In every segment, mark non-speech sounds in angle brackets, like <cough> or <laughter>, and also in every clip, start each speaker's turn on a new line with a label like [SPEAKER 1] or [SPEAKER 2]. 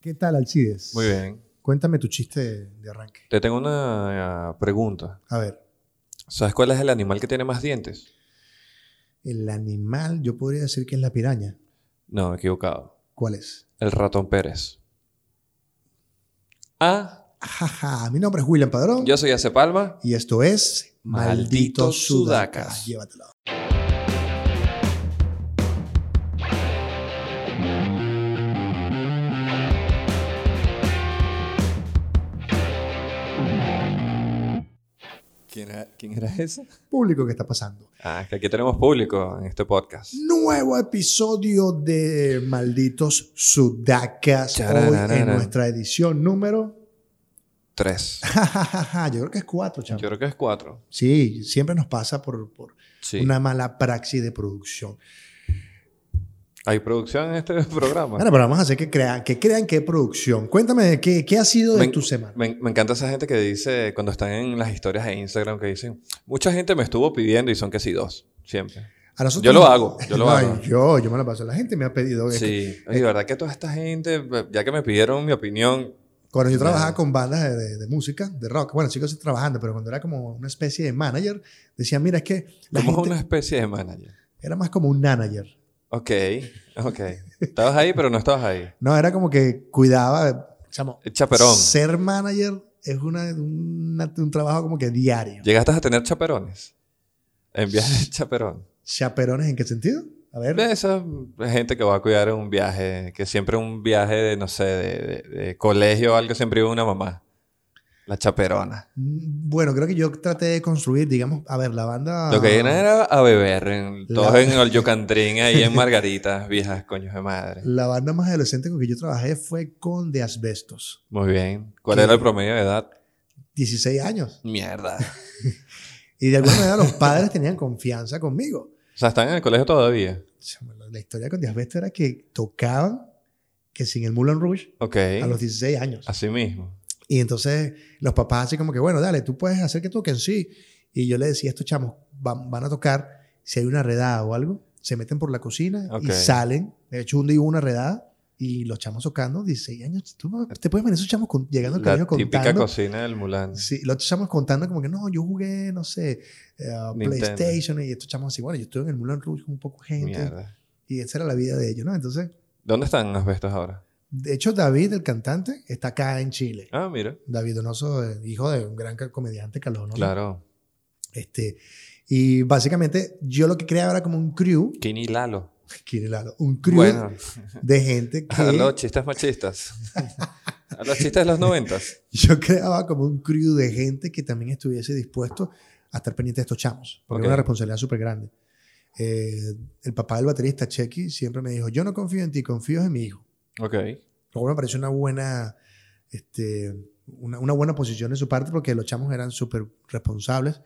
[SPEAKER 1] ¿Qué tal, Alcides?
[SPEAKER 2] Muy bien.
[SPEAKER 1] Cuéntame tu chiste de, de arranque.
[SPEAKER 2] Te tengo una eh, pregunta.
[SPEAKER 1] A ver,
[SPEAKER 2] ¿Sabes cuál es el animal que tiene más dientes?
[SPEAKER 1] el animal, yo podría decir que es la piraña.
[SPEAKER 2] No, me he equivocado.
[SPEAKER 1] ¿Cuál es?
[SPEAKER 2] El ratón Pérez. Ah,
[SPEAKER 1] Ajaja, mi nombre es William Padrón.
[SPEAKER 2] yo soy Ace Palma.
[SPEAKER 1] Y esto es
[SPEAKER 2] Malditos
[SPEAKER 1] Malditos Sudacas.
[SPEAKER 2] Sudacas.
[SPEAKER 1] Llévatelo.
[SPEAKER 2] ¿Quién era, ¿Quién era ese?
[SPEAKER 1] Público que está pasando.
[SPEAKER 2] Ah, es que aquí tenemos público en este podcast.
[SPEAKER 1] Nuevo episodio de Malditos Sudacas. Hoy en
[SPEAKER 2] Charararara.
[SPEAKER 1] nuestra edición número. <laughs>
[SPEAKER 2] Tres.
[SPEAKER 1] yo creo que es cuatro,
[SPEAKER 2] Yo
[SPEAKER 1] chamo.
[SPEAKER 2] creo que es cuatro.
[SPEAKER 1] Sí, siempre nos pasa por, por
[SPEAKER 2] Sí.
[SPEAKER 1] una mala praxis de producción.
[SPEAKER 2] Hay producción en este <laughs> programa.
[SPEAKER 1] Bueno, pero vamos a hacer que crean que, crean que es producción. Cuéntame, ¿qué, qué ha sido de
[SPEAKER 2] Me-
[SPEAKER 1] tu semana?
[SPEAKER 2] Me, me encanta esa gente que dice, cuando están en las historias de Instagram, que dicen, mucha gente me estuvo pidiendo y son que sí dos, siempre.
[SPEAKER 1] A nosotros
[SPEAKER 2] Yo lo
[SPEAKER 1] nos-
[SPEAKER 2] hago, yo
[SPEAKER 1] <laughs>
[SPEAKER 2] lo
[SPEAKER 1] No,
[SPEAKER 2] hago.
[SPEAKER 1] Yo, yo me la paso. La gente me ha pedido. es que
[SPEAKER 2] Sí, y verdad que toda esta gente, ya que me pidieron mi opinión,
[SPEAKER 1] Cuando yo trabajaba
[SPEAKER 2] Claro.
[SPEAKER 1] con bandas de, de- de música, de rock, bueno, chicos, estoy trabajando, pero cuando era como una especie de manager, decían, mira, es que la
[SPEAKER 2] como
[SPEAKER 1] gente
[SPEAKER 2] una especie de manager.
[SPEAKER 1] era más como un manager.
[SPEAKER 2] Ok, ok. Estabas ahí, pero no estabas ahí.
[SPEAKER 1] No, era como que cuidaba, chamo,
[SPEAKER 2] El chaperón.
[SPEAKER 1] ser manager es una, una- un trabajo como que diario.
[SPEAKER 2] ¿Llegaste a tener chaperones? En viajes de chaperón.
[SPEAKER 1] ¿Chaperones en qué sentido? A ver,
[SPEAKER 2] De esa gente que va a cuidar en un viaje, que siempre un viaje de, no sé, de, de- de colegio o algo, siempre iba una mamá. La chaperona.
[SPEAKER 1] mm, bueno, creo que yo traté de construir, digamos, a ver, la banda...
[SPEAKER 2] Lo que iban era a beber, en-
[SPEAKER 1] Ah. La-
[SPEAKER 2] todos en el Yucantrín, ahí en Margaritas, viejas coños de madre.
[SPEAKER 1] La banda más adolescente con que yo trabajé fue con De Asbestos.
[SPEAKER 2] Muy bien. ¿Cuál
[SPEAKER 1] ¿Qué?
[SPEAKER 2] era el promedio de edad?
[SPEAKER 1] 16 años.
[SPEAKER 2] Mierda.
[SPEAKER 1] Y de alguna manera los
[SPEAKER 2] <laughs>
[SPEAKER 1] padres tenían confianza conmigo.
[SPEAKER 2] O sea, están en el colegio todavía.
[SPEAKER 1] Chamo, la- La historia con Diasbesto era que tocaban que sin el Moulin Rouge
[SPEAKER 2] Ok.
[SPEAKER 1] a los 16 años.
[SPEAKER 2] Así mismo.
[SPEAKER 1] Y entonces los papás así como que, bueno, dale, tú puedes hacer que toquen, sí. Y yo le decía a estos chamos, van, van a tocar, si hay una redada o algo, se meten por la cocina
[SPEAKER 2] Ok.
[SPEAKER 1] y salen. De hecho, un día hubo una redada y los chamos tocando, 16 años, tú no- te puedes ver esos chamos con- llegando al
[SPEAKER 2] La
[SPEAKER 1] colegio
[SPEAKER 2] típica
[SPEAKER 1] contando.
[SPEAKER 2] cocina del Mulan.
[SPEAKER 1] Sí, los chamos contando como que no, yo jugué, no sé, eh,
[SPEAKER 2] Nintendo.
[SPEAKER 1] PlayStation y estos chamos así, bueno, yo estuve en el Moulin Rouge con un poco de gente
[SPEAKER 2] Mierda.
[SPEAKER 1] y esa era la vida de ellos, ¿no? Entonces,
[SPEAKER 2] ¿Dónde están los bestos ahora?
[SPEAKER 1] De hecho, David, el cantante, está acá en Chile.
[SPEAKER 2] Ah, mira.
[SPEAKER 1] David Donoso, eh, hijo de un gran ca- comediante, Carlos Donoso.
[SPEAKER 2] Claro.
[SPEAKER 1] Este, y básicamente, yo lo que creaba era como un crew,
[SPEAKER 2] Kini Lalo.
[SPEAKER 1] ¿quién es Lalo? Un crew
[SPEAKER 2] Bueno,
[SPEAKER 1] <laughs> de gente que
[SPEAKER 2] <laughs> a los chistes
[SPEAKER 1] <laughs>
[SPEAKER 2] machistas. a los chistes de los noventas.
[SPEAKER 1] yo creaba como un crew de gente que también estuviese dispuesto a estar pendiente de estos chamos, porque
[SPEAKER 2] Ok.
[SPEAKER 1] es una responsabilidad súper grande. Eh, el papá del baterista, Checky, siempre me dijo, yo no confío en ti, confío en mi hijo.
[SPEAKER 2] Ok.
[SPEAKER 1] Lo cual me pareció una buena, este, una, una buena posición de su parte porque los chamos eran súper responsables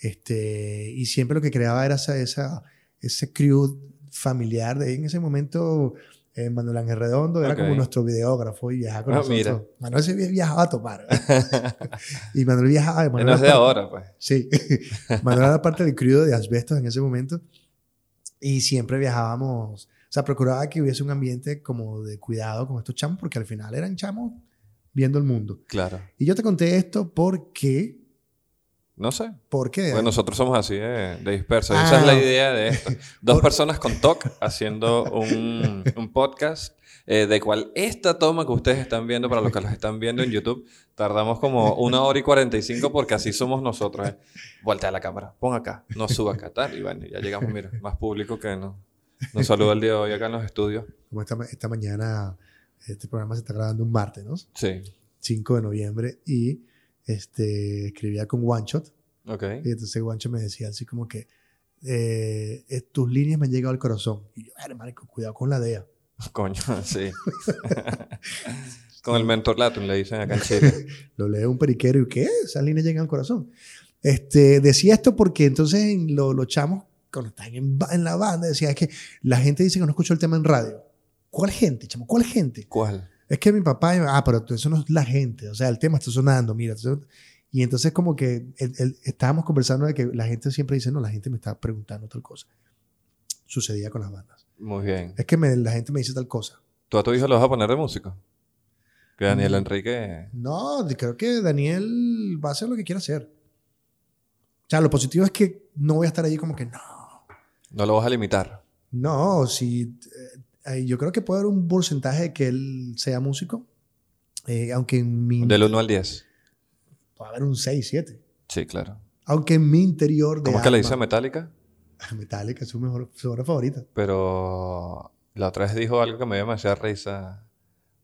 [SPEAKER 1] este, y siempre lo que creaba era esa, esa, ese crew familiar. De, en ese momento, eh, Manuel Ángel Redondo era
[SPEAKER 2] Ok.
[SPEAKER 1] como nuestro videógrafo y viajaba con
[SPEAKER 2] Ah,
[SPEAKER 1] nosotros.
[SPEAKER 2] mira.
[SPEAKER 1] Manuel se vi- viajaba a
[SPEAKER 2] <laughs>
[SPEAKER 1] tomar <laughs> y Manuel viajaba. y Manuel
[SPEAKER 2] no es de
[SPEAKER 1] era parte-
[SPEAKER 2] ahora, pues.
[SPEAKER 1] Sí, <laughs> Manuel era parte del crew de asbestos en ese momento y siempre viajábamos, o sea, procuraba que hubiese un ambiente como de cuidado con estos chamos porque al final eran chamos viendo el mundo.
[SPEAKER 2] Claro.
[SPEAKER 1] Y yo te conté esto porque,
[SPEAKER 2] No sé.
[SPEAKER 1] <laughs> porque
[SPEAKER 2] Porque Pues nosotros somos así de, de dispersos.
[SPEAKER 1] Ah.
[SPEAKER 2] Esa es la idea
[SPEAKER 1] <laughs>
[SPEAKER 2] de esto. Dos
[SPEAKER 1] Por-
[SPEAKER 2] personas con TOC haciendo un, un podcast eh, de cual esta toma que ustedes están viendo, para los que los están viendo en YouTube, tardamos como una hora y 45 porque así somos nosotros. eh. Voltea la cámara, pon acá, no suba acá, tal. Y bueno, ya llegamos, mira, más público que no. Nos saluda el día de hoy acá en los estudios.
[SPEAKER 1] como esta, ma- esta mañana este programa se está grabando un martes, ¿no?
[SPEAKER 2] Sí.
[SPEAKER 1] 5 de noviembre y este, escribía con One Shot
[SPEAKER 2] Ok.
[SPEAKER 1] y entonces One Shot me decía así como que eh, eh, tus líneas me han llegado al corazón. Y yo, "Ay, marico, cuidado con la DEA.
[SPEAKER 2] Coño, <laughs> sí. Con el mentor latum le dicen acá en Chile.
[SPEAKER 1] lo lee un periquero y ¿qué? Esas líneas llegan al corazón. Este, decía esto porque entonces en lo- los chamos, cuando están en, ba- en la banda, decía es que la gente dice que no escuchó el tema en radio. ¿Cuál gente, chamo? ¿Cuál gente?
[SPEAKER 2] ¿Cuál?
[SPEAKER 1] Es que mi papá, ah, pero tú- eso no es la gente, o sea, el tema está sonando, mira. eso- y entonces como que el- el- estábamos conversando de que la gente siempre dice, no, la gente me está preguntando tal cosa. Sucedía con las bandas.
[SPEAKER 2] Muy bien.
[SPEAKER 1] Es que me- la gente me dice tal cosa.
[SPEAKER 2] ¿Tú a tu hijo lo vas a poner de músico? Que
[SPEAKER 1] Mm.
[SPEAKER 2] Daniel Enrique.
[SPEAKER 1] No, creo que Daniel va a hacer lo que quiera hacer. O sea, lo positivo es que no voy a estar allí como que no.
[SPEAKER 2] No lo vas a limitar.
[SPEAKER 1] No, si eh, yo creo que puede haber un porcentaje de que él sea músico. Eh, aunque en mi.
[SPEAKER 2] Del 1 al 10.
[SPEAKER 1] Puede haber un 6, 7.
[SPEAKER 2] Sí, claro.
[SPEAKER 1] Aunque en mi interior. De
[SPEAKER 2] ¿Cómo es que le dice a
[SPEAKER 1] alma-
[SPEAKER 2] Metallica?
[SPEAKER 1] <laughs> Metallica es su mejor su obra favorita.
[SPEAKER 2] Pero la otra vez dijo algo que me dio demasiada risa.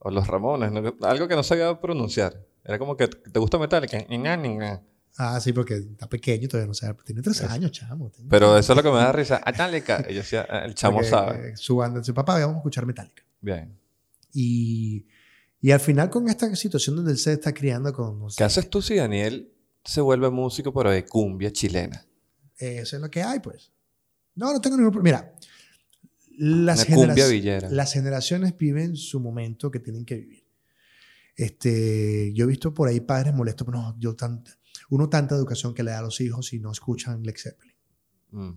[SPEAKER 2] O los Ramones, ¿no? algo que no sabía pronunciar. Era como que te gusta Metallica. Ña, ña, ña.
[SPEAKER 1] Ah, sí, porque está pequeño todavía no sabe. Tiene tres años, chamo. Tiene-
[SPEAKER 2] Pero eso es lo que me da risa. Metallica. Y yo decía, "Ah, el chamo
[SPEAKER 1] porque,
[SPEAKER 2] sabe.
[SPEAKER 1] eh, Su banda, su papá, vamos a escuchar Metallica.
[SPEAKER 2] Bien.
[SPEAKER 1] Y, y al final con esta situación donde él se está criando con... no sé,
[SPEAKER 2] ¿Qué haces tú si Daniel se vuelve músico pero de cumbia chilena?
[SPEAKER 1] eh, Eso es lo que hay, pues. No, no tengo ningún problema. Mira, las,
[SPEAKER 2] Una cumbia
[SPEAKER 1] generaci-
[SPEAKER 2] villera.
[SPEAKER 1] las generaciones viven su momento que tienen que vivir. Este, yo he visto por ahí padres molestos, pero no, yo tan- uno tanta educación que le da a los hijos y no escuchan Led Zeppelin.
[SPEAKER 2] Mm.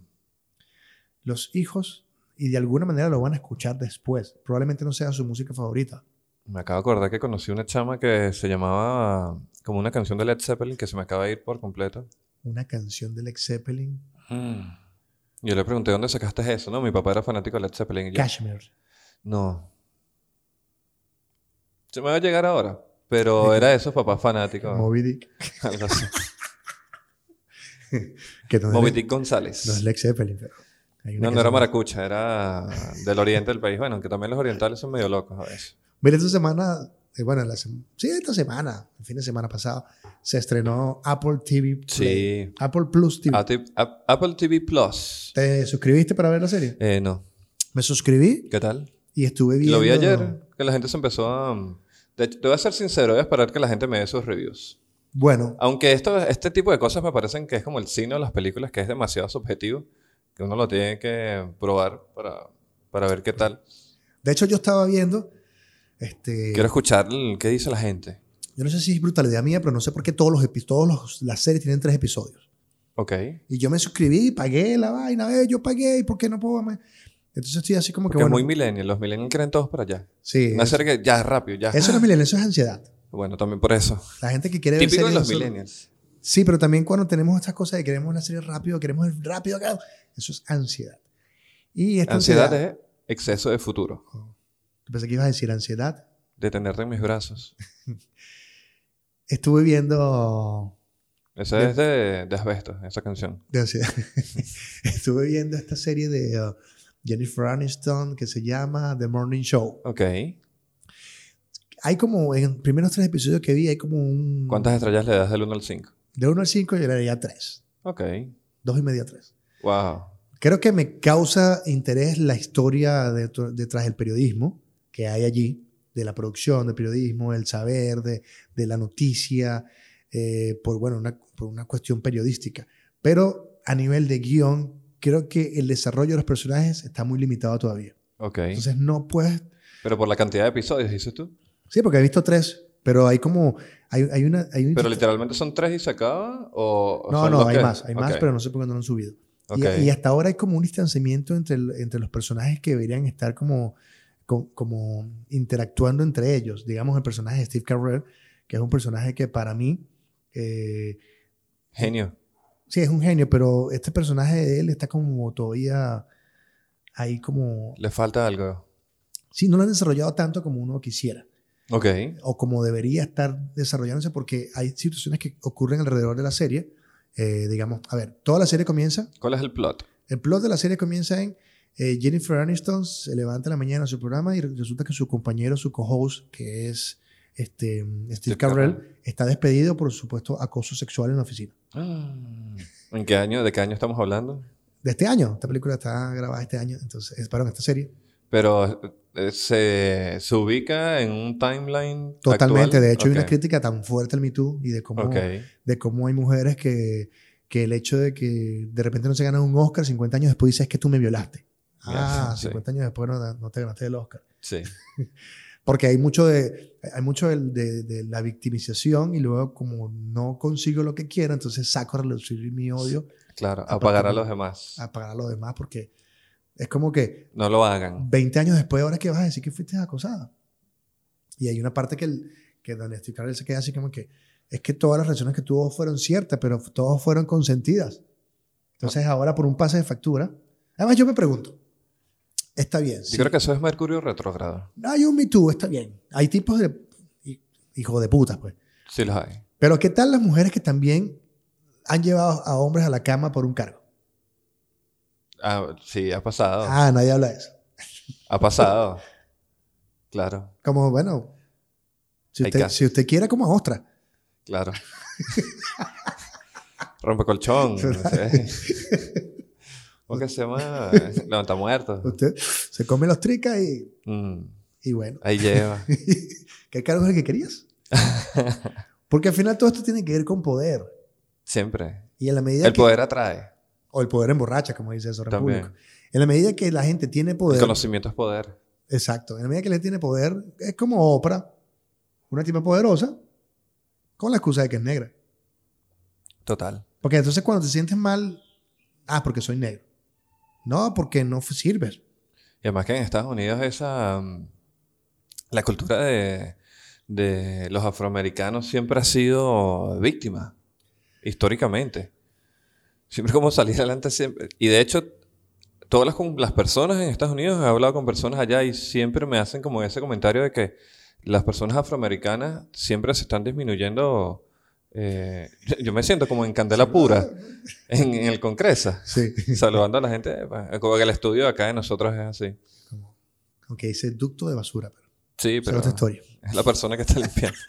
[SPEAKER 1] Los hijos, y de alguna manera lo van a escuchar después. Probablemente no sea su música favorita.
[SPEAKER 2] Me acabo de acordar que conocí una chama que se llamaba como una canción de Led Zeppelin que se me acaba de ir por completo.
[SPEAKER 1] Una canción de Led Zeppelin,
[SPEAKER 2] Yo le pregunté dónde sacaste eso, ¿no? Mi papá era fanático de Led Zeppelin. y yo,
[SPEAKER 1] Cashmere.
[SPEAKER 2] No. Se me va a llegar ahora, pero era de esos papás fanáticos.
[SPEAKER 1] Moby Dick.
[SPEAKER 2] <laughs> algo así.
[SPEAKER 1] Que no,
[SPEAKER 2] Moby
[SPEAKER 1] es, Led-
[SPEAKER 2] Dick
[SPEAKER 1] no es
[SPEAKER 2] González.
[SPEAKER 1] Led Zeppelin, pero. hay una
[SPEAKER 2] No, no era
[SPEAKER 1] canción.
[SPEAKER 2] maracucha, era del oriente del país. Bueno, que también los orientales son medio locos a veces.
[SPEAKER 1] Mira, esta semana, eh, bueno, la sem- sí, esta semana, el fin de semana pasado, se estrenó Apple TV Play.
[SPEAKER 2] Sí. Ah.
[SPEAKER 1] Apple Plus TV.
[SPEAKER 2] Ati- Ap- Apple TV Plus.
[SPEAKER 1] ¿Te suscribiste para ver la serie?
[SPEAKER 2] Eh, no.
[SPEAKER 1] Me suscribí
[SPEAKER 2] ¿Qué tal?
[SPEAKER 1] y estuve viendo.
[SPEAKER 2] Lo vi ayer, que la gente se empezó a... mm, De hecho, te voy a ser sincero, voy a esperar que la gente me dé sus reviews.
[SPEAKER 1] Bueno,
[SPEAKER 2] Aunque esto, este tipo de cosas me parecen que es como el cine o las películas, que es demasiado subjetivo, que uno lo tiene que probar para, para ver qué tal.
[SPEAKER 1] de hecho yo estaba viendo, este,
[SPEAKER 2] Quiero escuchar el- qué dice la gente.
[SPEAKER 1] yo no sé si es brutalidad mía, pero no sé por qué todos los epi- todos los- las series tienen tres episodios.
[SPEAKER 2] Ok.
[SPEAKER 1] Y yo me suscribí, pagué la vaina, eh, yo pagué, ¿y por qué no puedo? más? Entonces estoy así como que,
[SPEAKER 2] Porque es
[SPEAKER 1] bueno,
[SPEAKER 2] muy millennial, los millennials quieren todos para allá.
[SPEAKER 1] sí,
[SPEAKER 2] Una
[SPEAKER 1] eso,
[SPEAKER 2] serie que ya rápido, ya.
[SPEAKER 1] eso no es milenio, eso es ansiedad.
[SPEAKER 2] Bueno, también por eso.
[SPEAKER 1] La gente que quiere ver
[SPEAKER 2] Típico de
[SPEAKER 1] series
[SPEAKER 2] los
[SPEAKER 1] solo-
[SPEAKER 2] millennials.
[SPEAKER 1] Sí, pero también cuando tenemos estas cosas de queremos la serie rápido, queremos el rápido, claro, eso es ansiedad. Y esta ansiedad, Oh,
[SPEAKER 2] Ansiedad ¿eh? es exceso de futuro,
[SPEAKER 1] pensé que ibas a decir ansiedad.
[SPEAKER 2] de tenerte en mis brazos.
[SPEAKER 1] Estuve viendo
[SPEAKER 2] Esa
[SPEAKER 1] Bien.
[SPEAKER 2] es de, de Asbestos, esa canción.
[SPEAKER 1] de ansiedad. <laughs> Estuve viendo esta serie de uh, Jennifer Aniston que se llama The Morning Show.
[SPEAKER 2] Ok.
[SPEAKER 1] Hay como en los primeros tres episodios que vi hay como un
[SPEAKER 2] ¿Cuántas estrellas le das del 1 al 5?
[SPEAKER 1] de uno al cinco yo le daría tres,
[SPEAKER 2] Ok.
[SPEAKER 1] dos y media tres.
[SPEAKER 2] Wow.
[SPEAKER 1] Creo que me causa interés la historia de- detrás del periodismo que hay allí, de la producción del periodismo, el saber de, de la noticia, eh, por, bueno, una, por una cuestión periodística. Pero a nivel de guión, creo que el desarrollo de los personajes está muy limitado todavía.
[SPEAKER 2] Ok.
[SPEAKER 1] Entonces no puedes...
[SPEAKER 2] Pero por la cantidad de episodios, dices tú.
[SPEAKER 1] Sí, porque he visto tres, pero hay como... Hay, hay una... hay un-
[SPEAKER 2] Pero literalmente son tres y se acaba. O o
[SPEAKER 1] no,
[SPEAKER 2] son
[SPEAKER 1] no,
[SPEAKER 2] los
[SPEAKER 1] hay
[SPEAKER 2] que-
[SPEAKER 1] más, hay más,
[SPEAKER 2] Ok,
[SPEAKER 1] pero no sé por qué no lo han subido. Y,
[SPEAKER 2] ok.
[SPEAKER 1] y hasta ahora hay como un distanciamiento entre, el- entre los personajes que deberían estar como, co- como interactuando entre ellos. Digamos, el personaje de Steve Carell, que es un personaje que para mí, eh,
[SPEAKER 2] Genio.
[SPEAKER 1] sí, es un genio, pero este personaje de él está como todavía ahí como...
[SPEAKER 2] Le falta algo.
[SPEAKER 1] Sí, no lo han desarrollado tanto como uno quisiera
[SPEAKER 2] Ok.
[SPEAKER 1] o como debería estar desarrollándose porque hay situaciones que ocurren alrededor de la serie. Eh, digamos, a ver, toda la serie comienza
[SPEAKER 2] ¿Cuál es el plot?
[SPEAKER 1] El plot de la serie comienza en eh, Jennifer Aniston se levanta en la mañana a su programa y re- resulta que su compañero, su co-host, que es este, Steve,
[SPEAKER 2] Steve
[SPEAKER 1] Carell,
[SPEAKER 2] Carell.
[SPEAKER 1] está despedido por supuesto acoso sexual en la oficina.
[SPEAKER 2] Ah. ¿En qué año? ¿De qué año estamos hablando?
[SPEAKER 1] De este año, esta película está grabada este año, entonces, es, perdón, esta serie.
[SPEAKER 2] Pero eh, se, se ubica en un timeline.
[SPEAKER 1] Totalmente,
[SPEAKER 2] actual?
[SPEAKER 1] de hecho,
[SPEAKER 2] Ok,
[SPEAKER 1] hay una crítica tan fuerte al Me Too y de cómo,
[SPEAKER 2] Ok.
[SPEAKER 1] de cómo hay mujeres que, que el hecho de que de repente no se ganan un Oscar 50 años después dices es que tú me violaste.
[SPEAKER 2] Ya,
[SPEAKER 1] Ah,
[SPEAKER 2] sí.
[SPEAKER 1] 50 años después no, no te ganaste el Oscar.
[SPEAKER 2] Sí.
[SPEAKER 1] Porque hay mucho de, hay mucho del- de, de la victimización y luego como no consigo lo que quiero, entonces saco a relucir mi odio
[SPEAKER 2] Claro.
[SPEAKER 1] Aparte-
[SPEAKER 2] Apagar a los demás.
[SPEAKER 1] a pagar a los demás porque es como que
[SPEAKER 2] No lo hagan.
[SPEAKER 1] 20 años después ahora que vas a decir que fuiste acosada. Y hay una parte que, el, que Don Steve Carell se queda así como que es que todas las reacciones que tuvo fueron ciertas, pero todas fueron consentidas. Entonces ahora por un pase de factura. Además yo me pregunto, está bien.
[SPEAKER 2] Yo
[SPEAKER 1] sí.
[SPEAKER 2] creo que eso es Mercurio retrógrado.
[SPEAKER 1] Hay un Me Too, está bien. Hay tipos de hi- hijo de putas, pues.
[SPEAKER 2] Sí los hay.
[SPEAKER 1] Pero ¿qué tal las mujeres que también han llevado a hombres a la cama por un cargo?
[SPEAKER 2] Ah, sí, ha pasado.
[SPEAKER 1] Ah, nadie habla de eso.
[SPEAKER 2] Ha pasado. Claro,
[SPEAKER 1] Como, bueno, si
[SPEAKER 2] Hay
[SPEAKER 1] usted,
[SPEAKER 2] casos.
[SPEAKER 1] si usted quiere, como ostra.
[SPEAKER 2] claro. Rompe colchón. no sé. ¿Cómo que se llama? No, está muerto.
[SPEAKER 1] Usted se come los tricas y,
[SPEAKER 2] Mm,
[SPEAKER 1] y bueno. <laughs>
[SPEAKER 2] ahí lleva.
[SPEAKER 1] ¿Qué cargo es el que
[SPEAKER 2] <laughs>
[SPEAKER 1] querías? Porque al final todo esto tiene que ver con poder.
[SPEAKER 2] Siempre.
[SPEAKER 1] Y en la medida
[SPEAKER 2] El
[SPEAKER 1] que-
[SPEAKER 2] poder atrae.
[SPEAKER 1] O el poder emborracha, como dice eso
[SPEAKER 2] También.
[SPEAKER 1] República. En la medida que la gente tiene
[SPEAKER 2] El
[SPEAKER 1] poder.
[SPEAKER 2] conocimiento es poder.
[SPEAKER 1] Exacto. En la medida que le tiene poder, es como Oprah, una tipa poderosa, con la excusa de que es negra.
[SPEAKER 2] Total.
[SPEAKER 1] Porque entonces cuando te sientes mal, ah, porque soy negro. No, porque no f- sirves.
[SPEAKER 2] Y además que en Estados Unidos esa... mm, La cultura de, de los afroamericanos siempre ha sido víctima. Históricamente. Siempre como salir adelante siempre. Y de hecho, todas las, con- las personas en Estados Unidos, he hablado con personas allá y siempre me hacen como ese comentario de que las personas afroamericanas siempre se están disminuyendo. eh, yo- yo me siento como en candela pura, en, en el Congreso.
[SPEAKER 1] <laughs> Sí.
[SPEAKER 2] Saludando a la gente, eh, como que el estudio acá de nosotros es así.
[SPEAKER 1] Aunque dice ducto de basura, pero,
[SPEAKER 2] Sí,
[SPEAKER 1] esa es
[SPEAKER 2] pero
[SPEAKER 1] otra historia.
[SPEAKER 2] es la persona que
[SPEAKER 1] <laughs>
[SPEAKER 2] está limpiando.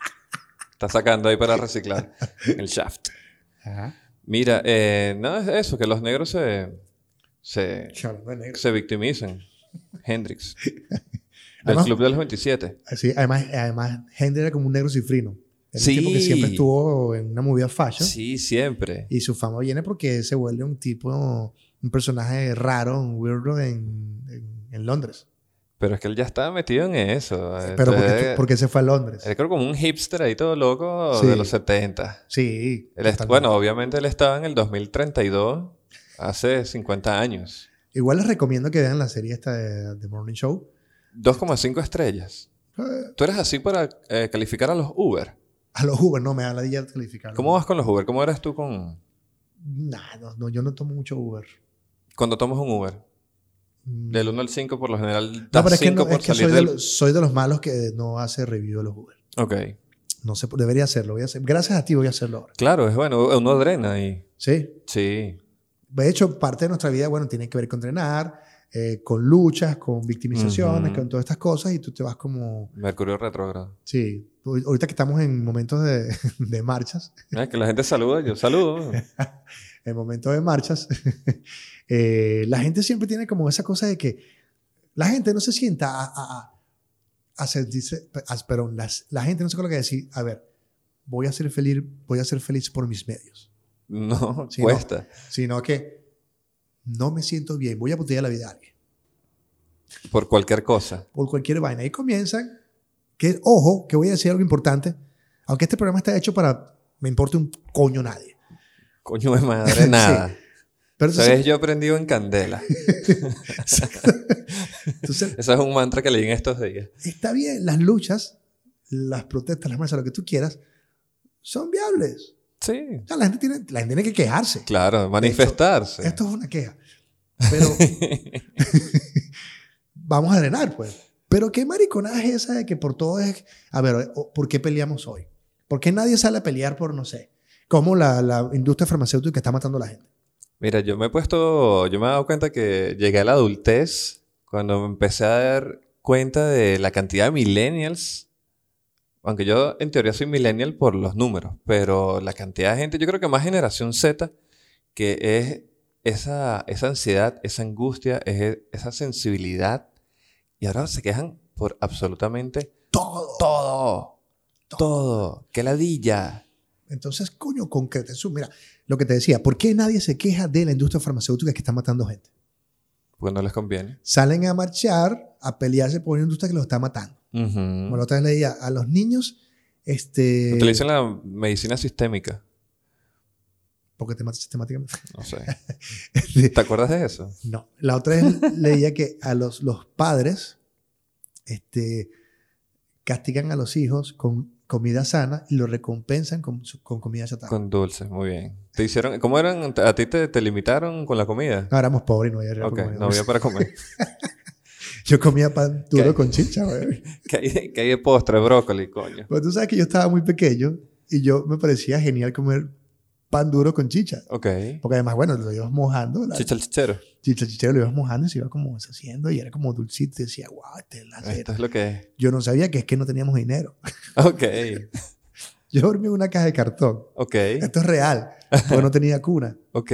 [SPEAKER 2] está sacando ahí para reciclar el shaft. Mira, eh, no es eso, que los negros se, se,
[SPEAKER 1] Chaval, no es negro.
[SPEAKER 2] se victimizan.
[SPEAKER 1] <laughs>
[SPEAKER 2] Hendrix. Del
[SPEAKER 1] Además-
[SPEAKER 2] Club de los 27.
[SPEAKER 1] Así, además, además, Henry era como un negro cifrino. Era
[SPEAKER 2] Sí.
[SPEAKER 1] un tipo que siempre estuvo en una movida fashion.
[SPEAKER 2] Sí, siempre.
[SPEAKER 1] Y su fama viene porque se vuelve un tipo, un personaje raro, un weirdo en, en- en Londres. Pero,
[SPEAKER 2] Pero es que él ya estaba metido en eso. eh,
[SPEAKER 1] porque,
[SPEAKER 2] entonces,
[SPEAKER 1] porque se fue a Londres.
[SPEAKER 2] Él era como un hipster ahí todo loco
[SPEAKER 1] Sí.
[SPEAKER 2] de los 70.
[SPEAKER 1] Sí.
[SPEAKER 2] Él est-
[SPEAKER 1] totalmente.
[SPEAKER 2] bueno, obviamente él estaba en el 2032, hace 50 años.
[SPEAKER 1] Igual les recomiendo que vean la serie esta de The Morning Show.
[SPEAKER 2] 2,5 estrellas.
[SPEAKER 1] Eh,
[SPEAKER 2] Tú eres así para eh, calificar a los Uber.
[SPEAKER 1] A los Uber, no me da la idea de calificar.
[SPEAKER 2] ¿Cómo vas con los Uber? ¿Cómo eres tú con
[SPEAKER 1] Nah, no, no, yo no tomo mucho Uber.
[SPEAKER 2] cuando tomas un Uber?
[SPEAKER 1] Mm.
[SPEAKER 2] Del 1 al 5 por lo general
[SPEAKER 1] No,
[SPEAKER 2] das
[SPEAKER 1] pero es que,
[SPEAKER 2] 5
[SPEAKER 1] no,
[SPEAKER 2] por
[SPEAKER 1] es que soy,
[SPEAKER 2] salir
[SPEAKER 1] de
[SPEAKER 2] del...
[SPEAKER 1] los, soy de los malos que no hace review de los Uber.
[SPEAKER 2] Ok.
[SPEAKER 1] No sé, debería hacerlo. Voy a hacer, gracias a ti voy a hacerlo ahora.
[SPEAKER 2] Claro, es bueno. Uno drena y...
[SPEAKER 1] Sí.
[SPEAKER 2] Sí.
[SPEAKER 1] De hecho, parte de nuestra vida, bueno, tiene que ver con entrenar, eh, con luchas, con victimizaciones,
[SPEAKER 2] Ujú.
[SPEAKER 1] con todas estas cosas y tú te vas como,
[SPEAKER 2] Mercurio retrógrado.
[SPEAKER 1] sí, Hoy- ahorita que estamos en momentos de, <laughs> de marchas,
[SPEAKER 2] Ah, que la gente saluda, yo saludo.
[SPEAKER 1] en momentos de marchas, <laughs> eh, la gente siempre tiene como esa cosa de que la gente no se sienta a, a, a- a sentirse, a- perdón, las- la gente no se coloca a decir, a ver, voy a ser feliz, voy a ser feliz por mis medios,
[SPEAKER 2] No,
[SPEAKER 1] <laughs> Sí, no.
[SPEAKER 2] cuesta.
[SPEAKER 1] sino que no me siento bien, voy a putear la vida a alguien.
[SPEAKER 2] Por cualquier cosa.
[SPEAKER 1] por cualquier vaina. Ahí comienzan, que ojo, que voy a decir algo importante, aunque este programa está hecho para, me importa un coño nadie.
[SPEAKER 2] Coño de madre,
[SPEAKER 1] <laughs> Sí.
[SPEAKER 2] nada.
[SPEAKER 1] Pero entonces,
[SPEAKER 2] ¿Sabes? Yo aprendido en candela.
[SPEAKER 1] entonces,
[SPEAKER 2] Ese es un mantra que leí en estos días.
[SPEAKER 1] está bien, las luchas, las protestas, las marchas, lo que tú quieras, son viables.
[SPEAKER 2] Sí.
[SPEAKER 1] O sea, la, gente tiene, la gente tiene que quejarse.
[SPEAKER 2] Claro, manifestarse.
[SPEAKER 1] Esto es una queja. Pero
[SPEAKER 2] <laughs>
[SPEAKER 1] vamos a drenar, pues. Pero qué mariconada es esa de que por todo es... A ver, o- ¿por qué peleamos hoy? ¿Por qué nadie sale a pelear por, no sé, como la, la industria farmacéutica está matando a la gente?
[SPEAKER 2] Mira, yo me he puesto, yo me he dado cuenta que llegué a la adultez cuando me empecé a dar cuenta de la cantidad de millennials. Aunque yo en teoría soy millennial por los números, pero la cantidad de gente, yo creo que más generación Z, que es esa, esa ansiedad, esa angustia, es- esa sensibilidad, y ahora se quejan por absolutamente
[SPEAKER 1] todo.
[SPEAKER 2] todo. Todo. ¡Qué ladilla!
[SPEAKER 1] Entonces, coño, concreta. Eso, mira, lo que te decía, ¿por qué nadie se queja de la industria farmacéutica que está matando gente?
[SPEAKER 2] Porque no les conviene.
[SPEAKER 1] Salen a marchar, a pelearse por una industria que los está matando. Como
[SPEAKER 2] Ujú.
[SPEAKER 1] la otra vez leía, a los niños, este...
[SPEAKER 2] Utilizan la medicina sistémica.
[SPEAKER 1] Porque te matan sistemáticamente. <laughs>
[SPEAKER 2] No sé.
[SPEAKER 1] Este,
[SPEAKER 2] ¿Te acuerdas de eso?
[SPEAKER 1] no. La otra vez leía que a los, los padres, este, castigan a los hijos con comida sana y los recompensan con, su- con comida chatarra.
[SPEAKER 2] Con dulces, muy bien. ¿Te hicieron, cómo eran? ¿A ti te, te limitaron con la comida?
[SPEAKER 1] No, éramos pobres y no había
[SPEAKER 2] ok,
[SPEAKER 1] comida.
[SPEAKER 2] no había para
[SPEAKER 1] <laughs>
[SPEAKER 2] comer.
[SPEAKER 1] Yo comía pan duro
[SPEAKER 2] ¿Qué?
[SPEAKER 1] con chicha, güey.
[SPEAKER 2] ¿Qué hay, de- qué hay de postre? Brócoli, coño.
[SPEAKER 1] Pero tú sabes que yo estaba muy pequeño y yo me parecía genial comer pan duro con chicha.
[SPEAKER 2] Ok.
[SPEAKER 1] Porque además, bueno, lo ibas mojando, la
[SPEAKER 2] Chicha al chichero.
[SPEAKER 1] chicha chichero lo ibas mojando y se iba como deshaciendo y era como dulcito y decía, guau, este es la
[SPEAKER 2] Esto
[SPEAKER 1] cera".
[SPEAKER 2] es lo que es.
[SPEAKER 1] Yo no sabía que es que no teníamos dinero. <laughs>
[SPEAKER 2] Ok,
[SPEAKER 1] Yo dormía en una caja de cartón.
[SPEAKER 2] ok,
[SPEAKER 1] Esto es real, porque
[SPEAKER 2] <laughs>
[SPEAKER 1] no tenía cuna.
[SPEAKER 2] ok.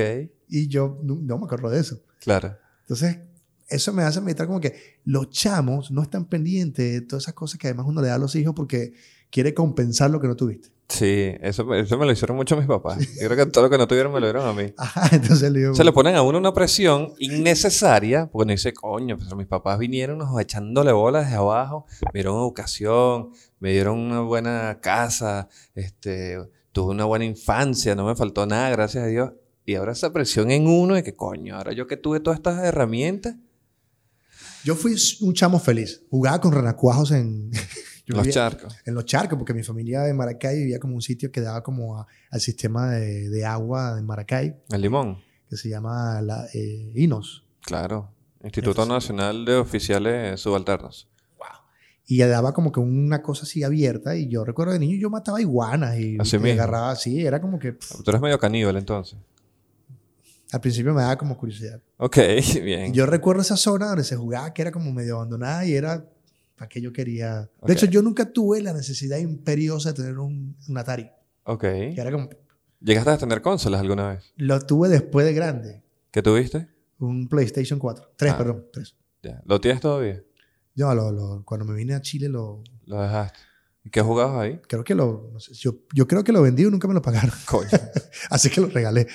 [SPEAKER 1] Y yo no, no me acuerdo de eso.
[SPEAKER 2] Claro.
[SPEAKER 1] Entonces, eso me hace meditar como que los chamos no están pendientes de todas esas cosas que además uno le da a los hijos porque quiere compensar lo que no tuviste. <laughs>
[SPEAKER 2] Sí, eso, me- eso me lo hicieron mucho mis papás. Yo creo que todo lo que no tuvieron me lo dieron a mí.
[SPEAKER 1] Ajá, entonces le digo,
[SPEAKER 2] Se le ponen a uno una presión innecesaria, porque uno dice, coño, pero mis papás vinieron nos echándole bolas desde abajo, me dieron educación, me dieron una buena casa, este, tuve una buena infancia, no me faltó nada, gracias a Dios. Y ahora esa presión en uno de que, coño, ahora yo que tuve todas estas herramientas,
[SPEAKER 1] yo fui un chamo feliz. Jugaba con ranacuajos en... <laughs> yo
[SPEAKER 2] los
[SPEAKER 1] vivía-
[SPEAKER 2] charcos.
[SPEAKER 1] en los charcos, porque mi familia de Maracay vivía como un sitio que daba como a- al sistema de, de agua de Maracay,
[SPEAKER 2] El limón,
[SPEAKER 1] que se llama la, eh, INOS.
[SPEAKER 2] claro. Instituto
[SPEAKER 1] Entonces-
[SPEAKER 2] Nacional de Oficiales Subalternos.
[SPEAKER 1] Y ya daba como que una cosa así abierta. Y yo recuerdo de niño yo mataba iguanas y,
[SPEAKER 2] Así
[SPEAKER 1] y
[SPEAKER 2] mismo.
[SPEAKER 1] agarraba así. Era como que pff,
[SPEAKER 2] Tú eres medio caníbal entonces.
[SPEAKER 1] al principio me daba como curiosidad.
[SPEAKER 2] Ok, <laughs> bien.
[SPEAKER 1] Y yo recuerdo esa zona donde se jugaba que era como medio abandonada y era para que yo quería. De
[SPEAKER 2] Ok.
[SPEAKER 1] hecho, yo nunca tuve la necesidad imperiosa de tener un, un Atari.
[SPEAKER 2] Ok.
[SPEAKER 1] Que era como,
[SPEAKER 2] ¿Llegaste a tener consolas alguna vez?
[SPEAKER 1] lo tuve después de grande.
[SPEAKER 2] ¿Qué tuviste?
[SPEAKER 1] Un PlayStation 4. 3,
[SPEAKER 2] Ah.
[SPEAKER 1] perdón. 3.
[SPEAKER 2] Ya. ¿Lo tienes todavía?
[SPEAKER 1] Yo lo- lo- cuando me vine a Chile, lo,
[SPEAKER 2] Lo dejaste. ¿Y qué jugabas ahí?
[SPEAKER 1] creo que lo, no sé, yo, yo creo que lo vendí y nunca me lo pagaron, <laughs>
[SPEAKER 2] Coño.
[SPEAKER 1] así que lo regalé.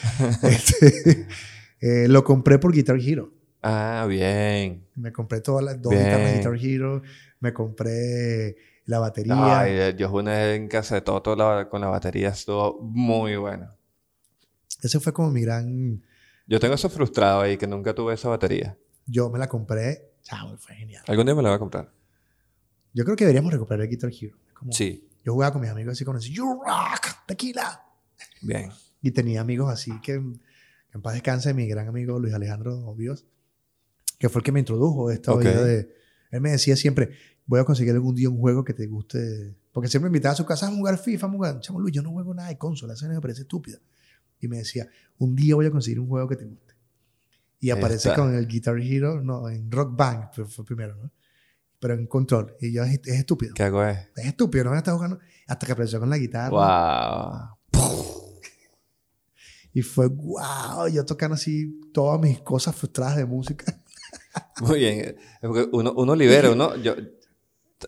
[SPEAKER 1] Este, <laughs> eh, lo compré por Guitar Hero.
[SPEAKER 2] <laughs> Ah, bien.
[SPEAKER 1] Me compré todas las dos
[SPEAKER 2] Bien.
[SPEAKER 1] guitarras de Guitar Hero, me compré la batería.
[SPEAKER 2] Ay, eh, yo jugué una vez en casa de Toto la- con la batería. Estuvo muy bueno.
[SPEAKER 1] Ese fue como mi gran...
[SPEAKER 2] Yo tengo eso frustrado ahí, que nunca tuve esa batería.
[SPEAKER 1] Yo me la compré. Chao, fue genial.
[SPEAKER 2] Algún día me la voy a comprar.
[SPEAKER 1] Yo creo que deberíamos recuperar el Guitar Hero. Como-
[SPEAKER 2] Sí.
[SPEAKER 1] Yo jugaba con mis amigos así con así, You Rock, Tequila.
[SPEAKER 2] Bien.
[SPEAKER 1] Y tenía amigos así que, que en paz descanse mi gran amigo Luis Alejandro Obvios, que fue el que me introdujo a esta
[SPEAKER 2] Ok.
[SPEAKER 1] vida de... Él me decía siempre, voy a conseguir algún día un juego que te guste. Porque siempre me invitaba a su casa a jugar FIFA, a jugar. Chamo Luis, yo no juego nada de consola, esa vaina me parece estúpida. Y me decía, un día voy a conseguir un juego que te guste. Y
[SPEAKER 2] Ahí
[SPEAKER 1] aparece
[SPEAKER 2] está.
[SPEAKER 1] con el Guitar Hero, no, en Rock Band fue, fue primero, ¿no? Pero en Control. Y yo, es, es estúpido.
[SPEAKER 2] ¿Qué hago eh? es?
[SPEAKER 1] Es estúpido, no me está jugando. Hasta que apareció con la guitarra.
[SPEAKER 2] Wow.
[SPEAKER 1] Y fue wow, yo tocando así todas mis cosas frustradas de música.
[SPEAKER 2] Muy bien. Eh, porque Uno, uno libera, uno. Yo,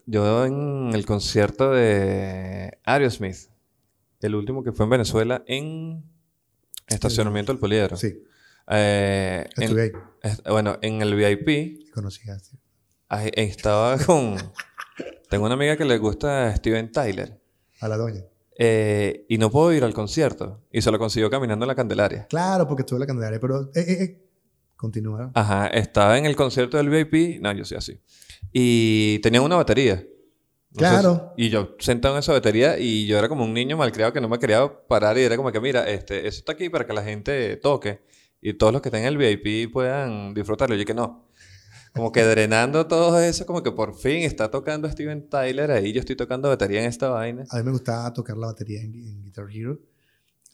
[SPEAKER 2] yo en el concierto de Aerosmith, el último que fue en Venezuela, en estacionamiento del Poliedro.
[SPEAKER 1] Sí,
[SPEAKER 2] Eh, Ah. en-
[SPEAKER 1] estuve ahí,
[SPEAKER 2] es- bueno, en el VIP
[SPEAKER 1] y conocí a este, sí.
[SPEAKER 2] ahí estaba <laughs> con. Tengo una amiga que le gusta Steven Tyler.
[SPEAKER 1] a la doña.
[SPEAKER 2] eh, y no puedo ir al concierto. Y se lo consiguió caminando en la Candelaria.
[SPEAKER 1] Claro, porque estuve en la Candelaria, pero eh, eh, eh, continúa.
[SPEAKER 2] Ajá, estaba en el concierto del VIP. No, yo soy así. Y tenía una batería. No sé
[SPEAKER 1] Claro.
[SPEAKER 2] si- y yo sentado en esa batería y yo era como un niño malcriado que no me quería parar y era como que, mira, este, eso está aquí para que la gente toque y todos los que estén en el VIP puedan disfrutarlo. Yo que no. Como que drenando todo eso, como que por fin está tocando Steven Tyler ahí, yo estoy tocando batería en esta vaina.
[SPEAKER 1] A mí me gustaba tocar la batería en, en Guitar Hero.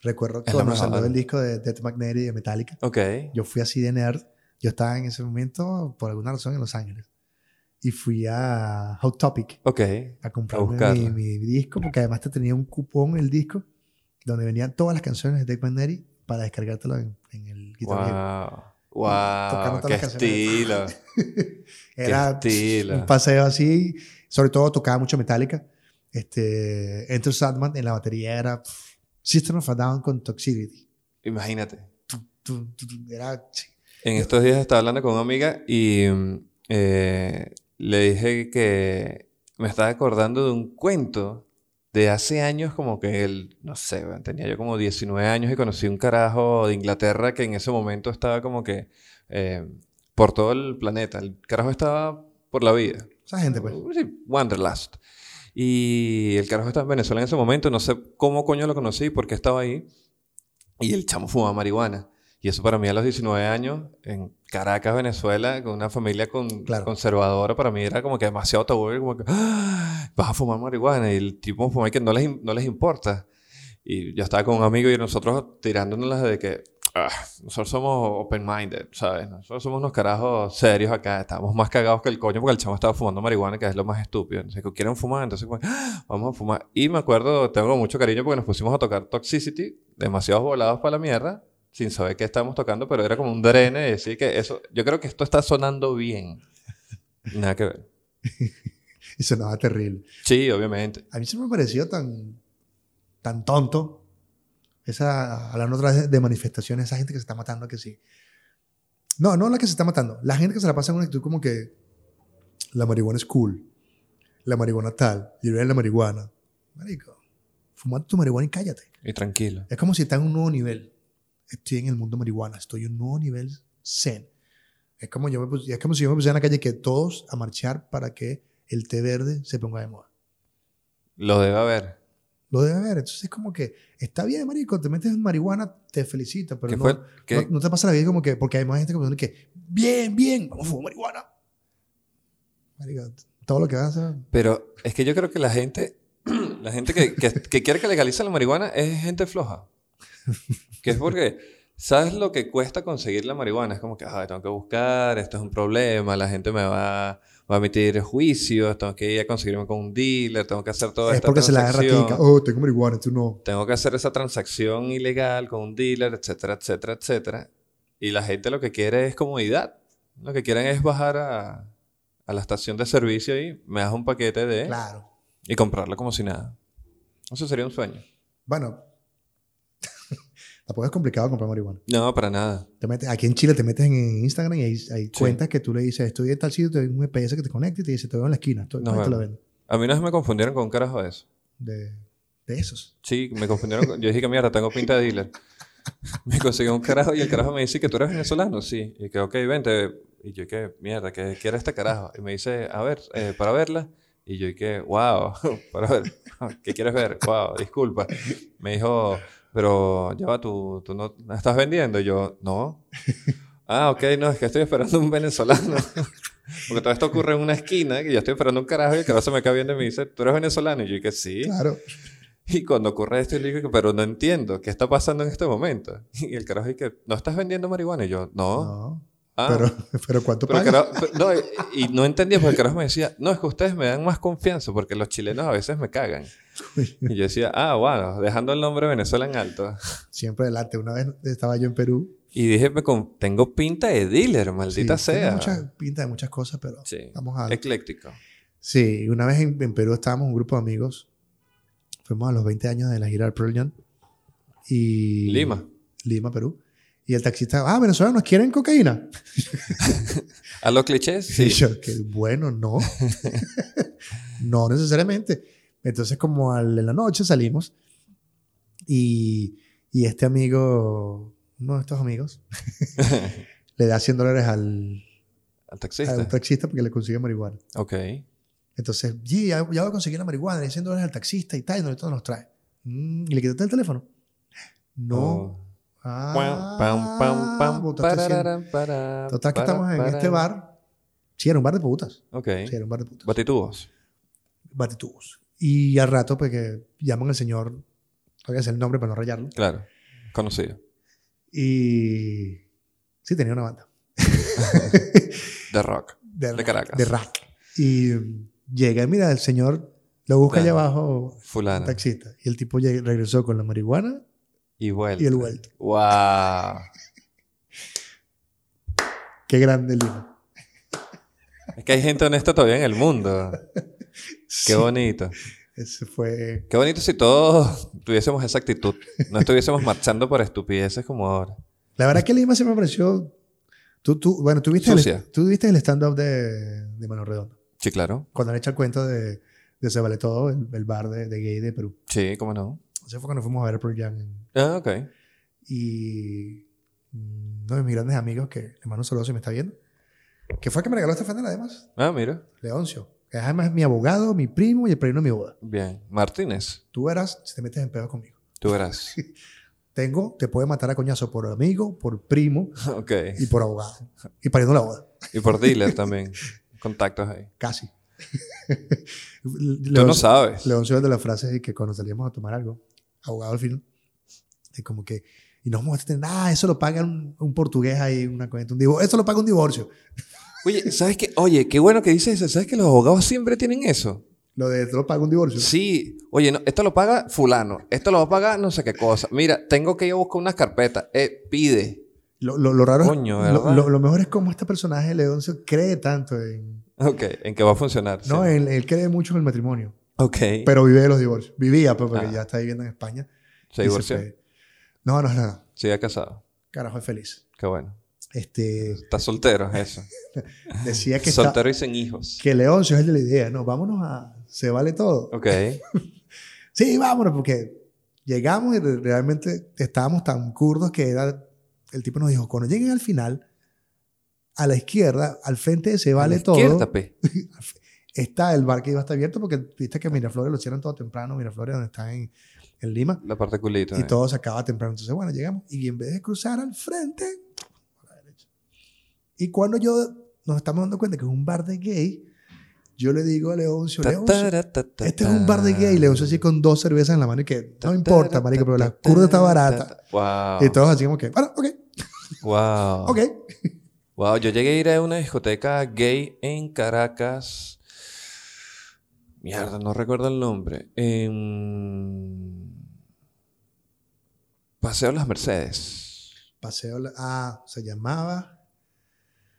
[SPEAKER 1] Recuerdo
[SPEAKER 2] Es la
[SPEAKER 1] cuando
[SPEAKER 2] mejor.
[SPEAKER 1] salió el disco de Death Magnetic de Metallica.
[SPEAKER 2] Ok.
[SPEAKER 1] Yo fui así de nerd. Yo estaba en ese momento, por alguna razón, en Los Ángeles. Y fui a Hot Topic
[SPEAKER 2] Ok.
[SPEAKER 1] a
[SPEAKER 2] A
[SPEAKER 1] comprarme mi,
[SPEAKER 2] buscarla.
[SPEAKER 1] mi disco, porque además te tenía un cupón el disco donde venían todas las canciones de Death Magnetic para descargártelo en, en el Guitar Hero. <laughs>
[SPEAKER 2] Wow.
[SPEAKER 1] Tocando
[SPEAKER 2] Wow.
[SPEAKER 1] todas
[SPEAKER 2] Qué
[SPEAKER 1] las
[SPEAKER 2] estilo.
[SPEAKER 1] canciones. Era
[SPEAKER 2] Qué estilo.
[SPEAKER 1] un paseo así. Sobre todo tocaba mucho Metallica. Este, Enter Sandman en la batería era pff, System of a Down con Toxicity.
[SPEAKER 2] Imagínate.
[SPEAKER 1] Tu, tu, tu, Era, sí.
[SPEAKER 2] En estos días estaba hablando con una amiga y mm, eh, le dije que me estaba acordando de un cuento de hace años, como que él, no sé, weón, tenía yo como 19 años y conocí un carajo de Inglaterra que en ese momento estaba como que eh, por todo el planeta. El carajo estaba por la vida.
[SPEAKER 1] esa gente pues.
[SPEAKER 2] Sí, Wanderlust. Y el carajo estaba en Venezuela en ese momento, no sé cómo coño lo conocí, por qué estaba ahí. Y el chamo fumaba marihuana. Y eso para mí a los 19 años, en Caracas, Venezuela, con una familia con-
[SPEAKER 1] Claro.
[SPEAKER 2] conservadora, para mí era como que demasiado tabú. era Como que, "Ah, vas a fumar marihuana. Y el tipo fumaba y que no les, im- no les importa. Y yo estaba con un amigo y nosotros tirándonos las de que "Ah, nosotros somos open-minded, ¿sabes? Nosotros somos unos carajos serios acá. Estábamos más cagados que el coño porque el chamo estaba fumando marihuana, que es lo más estúpido. Entonces, que quieren fumar, entonces, como, "Ah, vamos a fumar. Y me acuerdo, tengo mucho cariño porque nos pusimos a tocar Toxicity, demasiados volados para la mierda, sin saber qué estábamos tocando, pero era como un drene de decir que eso, yo creo que esto está
[SPEAKER 1] <laughs>
[SPEAKER 2] sonando bien. Nada que ver.
[SPEAKER 1] Y sonaba terrible.
[SPEAKER 2] Sí, obviamente.
[SPEAKER 1] A mí se me pareció tan, tan tonto. Esa, hablando otra vez de manifestaciones, esa gente que se está matando, que sí. No, no la que se está matando. La gente que se la pasa en una actitud como que la marihuana es cool. La marihuana tal. Y la marihuana. Marico, fumate tu marihuana y cállate.
[SPEAKER 2] Y tranquilo.
[SPEAKER 1] Es como si está en un nuevo nivel. Estoy en el mundo marihuana, estoy en un nuevo nivel zen. Es como, yo me pus- es como si yo me pusiera en la calle que todos a marchar para que el té verde se ponga de moda.
[SPEAKER 2] Lo debe haber.
[SPEAKER 1] Lo debe haber. Entonces es como que está bien, marico, te metes en marihuana, te felicito, pero
[SPEAKER 2] ¿Qué
[SPEAKER 1] no,
[SPEAKER 2] fue? ¿Qué?
[SPEAKER 1] no, no te pasa la vida como que, porque hay más gente como que, bien, bien, vamos a fumar marihuana. Marico, todo lo que vas a hacer.
[SPEAKER 2] Pero es que yo creo que la gente, <clears throat> la gente que, que- que quiere que legalice la marihuana es gente floja. Que es porque, ¿sabes lo que cuesta conseguir la marihuana? Es como que, ay, tengo que buscar, esto es un problema, la gente me va, va a emitir juicios, tengo que ir a conseguirme con un dealer, tengo que hacer toda
[SPEAKER 1] Es
[SPEAKER 2] esta
[SPEAKER 1] porque se la agarra
[SPEAKER 2] transacción.
[SPEAKER 1] tica. Oh, tengo marihuana, tú no.
[SPEAKER 2] Tengo que hacer esa transacción ilegal con un dealer, etcétera, etcétera, etcétera. Y la gente lo que quiere es comodidad. Lo que quieren es bajar a, a la estación de servicio y me das un paquete de...
[SPEAKER 1] Claro.
[SPEAKER 2] Y comprarla como si nada. Eso sería un sueño.
[SPEAKER 1] Bueno, <laughs> tampoco es complicado comprar marihuana.
[SPEAKER 2] No, para nada.
[SPEAKER 1] Te metes- aquí en Chile te metes en Instagram y hay, hay cuentas que tú le dices, estoy en tal sitio, te doy un EPS que te conecta y te dice, te veo en la esquina, estoy,
[SPEAKER 2] Nos
[SPEAKER 1] ahí te lo
[SPEAKER 2] vemos.
[SPEAKER 1] vendo.
[SPEAKER 2] A mí no me confundieron con un carajo de eso.
[SPEAKER 1] De, de esos.
[SPEAKER 2] Sí, me confundieron con... Yo dije que mierda, tengo pinta de dealer. <laughs> Me consiguió un carajo y el carajo me dice que tú eres venezolano. Sí. Y que, ok, vente. Y yo que mierda, que quiere este carajo. Y me dice, a ver, eh, para verla. Y yo que, wow, <laughs> para ver, ¿qué quieres ver? Wow, disculpa. Me dijo, pero ya va, tú, tú no no estás vendiendo. Y yo, no. Ah, ok, no, es que estoy esperando un venezolano. <laughs> Porque todo esto ocurre en una esquina, que yo estoy esperando un carajo y el carajo se me cae viendo y me dice, ¿tú eres venezolano? Y yo que sí.
[SPEAKER 1] Claro.
[SPEAKER 2] Y cuando ocurre esto, yo le digo, pero no entiendo, ¿qué está pasando en este momento? <laughs> Y el carajo dice, ¿no estás vendiendo marihuana? Y yo, no.
[SPEAKER 1] No.
[SPEAKER 2] Ah,
[SPEAKER 1] Pero, <laughs> pero ¿cuánto
[SPEAKER 2] pero el
[SPEAKER 1] pagas?
[SPEAKER 2] carajo- pero- no, y- y no entendía porque el carajo me decía, no, es que ustedes me dan más confianza porque los chilenos a veces
[SPEAKER 1] <laughs>
[SPEAKER 2] me cagan. Y yo decía, ah, bueno, dejando el nombre de Venezuela en alto.
[SPEAKER 1] Siempre adelante. Una vez estaba yo en Perú.
[SPEAKER 2] Y dije, me con- tengo pinta de dealer, maldita
[SPEAKER 1] Sí,
[SPEAKER 2] sea.
[SPEAKER 1] Tengo mucha pinta de muchas cosas, pero
[SPEAKER 2] Sí,
[SPEAKER 1] vamos a...
[SPEAKER 2] ecléctico.
[SPEAKER 1] Sí, una vez en, en Perú estábamos un grupo de amigos. Fuimos a los 20 años de la gira del Pearl Jam. Y...
[SPEAKER 2] Lima.
[SPEAKER 1] Lima, Perú. Y el taxista, ah, venezolanos quieren cocaína.
[SPEAKER 2] ¿A los clichés?
[SPEAKER 1] Y
[SPEAKER 2] Sí.
[SPEAKER 1] yo, que bueno,
[SPEAKER 2] <laughs>
[SPEAKER 1] no. no necesariamente. Entonces, como al- en la noche salimos y, y este amigo, uno de estos
[SPEAKER 2] <laughs>
[SPEAKER 1] amigos, le da 100 dólares al,
[SPEAKER 2] Al
[SPEAKER 1] a un
[SPEAKER 2] taxista.
[SPEAKER 1] taxista porque le consigue marihuana.
[SPEAKER 2] Ok.
[SPEAKER 1] Entonces, "Ye, ya, ya voy a conseguir la marihuana, le doy 100 dólares al taxista y tal, y no nos los trae. Mm, y le quitaste el teléfono. No.
[SPEAKER 2] Oh.
[SPEAKER 1] Ah,
[SPEAKER 2] Pam, pam, pam, pam,
[SPEAKER 1] botaste 100.
[SPEAKER 2] pararam, para,
[SPEAKER 1] Total que
[SPEAKER 2] para,
[SPEAKER 1] estamos en
[SPEAKER 2] para.
[SPEAKER 1] este bar. Sí, era un bar de putas.
[SPEAKER 2] Ok.
[SPEAKER 1] Sí, era un bar de putas.
[SPEAKER 2] Batitubos.
[SPEAKER 1] batitubos. Y al rato, pues que llaman al señor, voy a decir el nombre para no rayarlo.
[SPEAKER 2] Claro. Conocido.
[SPEAKER 1] Y sí, tenía una banda.
[SPEAKER 2] The Rock.
[SPEAKER 1] De,
[SPEAKER 2] De Caracas.
[SPEAKER 1] De rock. Y mm, llega, mira, el señor lo busca allá
[SPEAKER 2] Claro.
[SPEAKER 1] abajo, un
[SPEAKER 2] Fulano.
[SPEAKER 1] taxista. Y el tipo lleg- regresó con la marihuana
[SPEAKER 2] Y vuelta.
[SPEAKER 1] y el vuelto.
[SPEAKER 2] ¡Wow!
[SPEAKER 1] Qué grande Lima.
[SPEAKER 2] Es que hay gente honesta todavía en el
[SPEAKER 1] <laughs>
[SPEAKER 2] mundo.
[SPEAKER 1] Sí,
[SPEAKER 2] Qué bonito.
[SPEAKER 1] Ese fue.
[SPEAKER 2] Qué bonito si todos tuviésemos esa actitud. No estuviésemos marchando por estupideces como ahora.
[SPEAKER 1] La verdad que Lima se me pareció. Tú, tú, bueno, tú viste, el,
[SPEAKER 2] Sucia.
[SPEAKER 1] tú viste el stand-up de, de Manuel Redondo.
[SPEAKER 2] Sí, claro.
[SPEAKER 1] Cuando le echa el cuento de, de Se Vale Todo, el, el bar de, de gay de Perú.
[SPEAKER 2] Sí, cómo no.
[SPEAKER 1] Ese fue cuando fuimos a ver a Pearl Jam. en-
[SPEAKER 2] Ah, ok.
[SPEAKER 1] Y mm, uno de mis grandes amigos, que le mando un saludo si me está viendo, que fue el que me regaló esta fender además,
[SPEAKER 2] Ah, mira.
[SPEAKER 1] Leoncio. Es además mi abogado, mi primo y el padrino de mi boda.
[SPEAKER 2] Bien. Martínez,
[SPEAKER 1] Tú verás si te metes en pedo conmigo.
[SPEAKER 2] tú
[SPEAKER 1] <laughs>
[SPEAKER 2] verás.
[SPEAKER 1] Tengo, te puede matar a coñazo por amigo, por primo
[SPEAKER 2] ok.
[SPEAKER 1] y por abogado. Y pariendo la boda.
[SPEAKER 2] Y por dealer también. Contactos ahí.
[SPEAKER 1] Casi.
[SPEAKER 2] Tú no sabes.
[SPEAKER 1] León Ciudad de las frases y que cuando salíamos a tomar algo, abogado al final, y como que, y nos muestren, ah, eso lo paga un, un portugués ahí, una cosa, un divorcio, eso lo paga un divorcio.
[SPEAKER 2] Oye, ¿sabes qué? Oye, qué bueno que dices eso. ¿Sabes que los abogados siempre tienen eso?
[SPEAKER 1] Lo de esto lo paga un divorcio.
[SPEAKER 2] Sí. Oye, no, esto lo paga fulano. Esto lo va a pagar no sé qué cosa. Mira, tengo que ir a buscar unas carpetas. Eh, pide.
[SPEAKER 1] Lo, lo- lo raro es-
[SPEAKER 2] Coño,
[SPEAKER 1] lo,
[SPEAKER 2] ¿verdad?
[SPEAKER 1] lo- lo mejor es cómo este personaje, Leoncio, cree tanto en...
[SPEAKER 2] Ok, en que va a funcionar.
[SPEAKER 1] No,
[SPEAKER 2] sí.
[SPEAKER 1] él, él cree mucho en el matrimonio,
[SPEAKER 2] Ok.
[SPEAKER 1] pero vive de los divorcios. Vivía, pues, porque
[SPEAKER 2] Ah.
[SPEAKER 1] ya está viviendo en España.
[SPEAKER 2] se
[SPEAKER 1] y
[SPEAKER 2] divorció. Se
[SPEAKER 1] fue. no, no, no, no.
[SPEAKER 2] ha casado.
[SPEAKER 1] Carajo, es feliz.
[SPEAKER 2] Qué bueno.
[SPEAKER 1] Este,
[SPEAKER 2] Está soltero, eso.
[SPEAKER 1] decía que, está,
[SPEAKER 2] soltero y sin hijos.
[SPEAKER 1] que Leoncio es el de la idea. No, vámonos a... Se vale todo.
[SPEAKER 2] Ok.
[SPEAKER 1] Sí, vámonos, porque llegamos y re- realmente estábamos tan kurdos que era, el tipo nos dijo, cuando lleguen al final, a la izquierda, al frente de Se Vale
[SPEAKER 2] A la izquierda,
[SPEAKER 1] Todo,
[SPEAKER 2] pe.
[SPEAKER 1] está el bar que iba a estar abierto, porque viste que Miraflores lo hicieron todo temprano, Miraflores donde están en, en Lima,
[SPEAKER 2] La parte culito.
[SPEAKER 1] y
[SPEAKER 2] eh.
[SPEAKER 1] todo se acaba temprano. Entonces, bueno, llegamos y en vez de cruzar al frente, a la derecha. Y cuando yo nos estamos dando cuenta que es un bar de gay, yo le digo a Leoncio,
[SPEAKER 2] Ta,
[SPEAKER 1] Leoncio,
[SPEAKER 2] tara, ta, ta,
[SPEAKER 1] este es un bar de gay, Leoncio así con dos cervezas en la mano y que no
[SPEAKER 2] ta,
[SPEAKER 1] importa,
[SPEAKER 2] tara,
[SPEAKER 1] marico,
[SPEAKER 2] ta,
[SPEAKER 1] pero la
[SPEAKER 2] ta,
[SPEAKER 1] curda está
[SPEAKER 2] ta,
[SPEAKER 1] barata.
[SPEAKER 2] ta. Ah. Wow.
[SPEAKER 1] Y todos así como que, bueno, ok,
[SPEAKER 2] Wow.
[SPEAKER 1] ok.
[SPEAKER 2] Wow, yo llegué a ir a una discoteca gay en Caracas. Mierda, no recuerdo el nombre. En Paseo Las Mercedes.
[SPEAKER 1] Paseo, la- ah, se llamaba,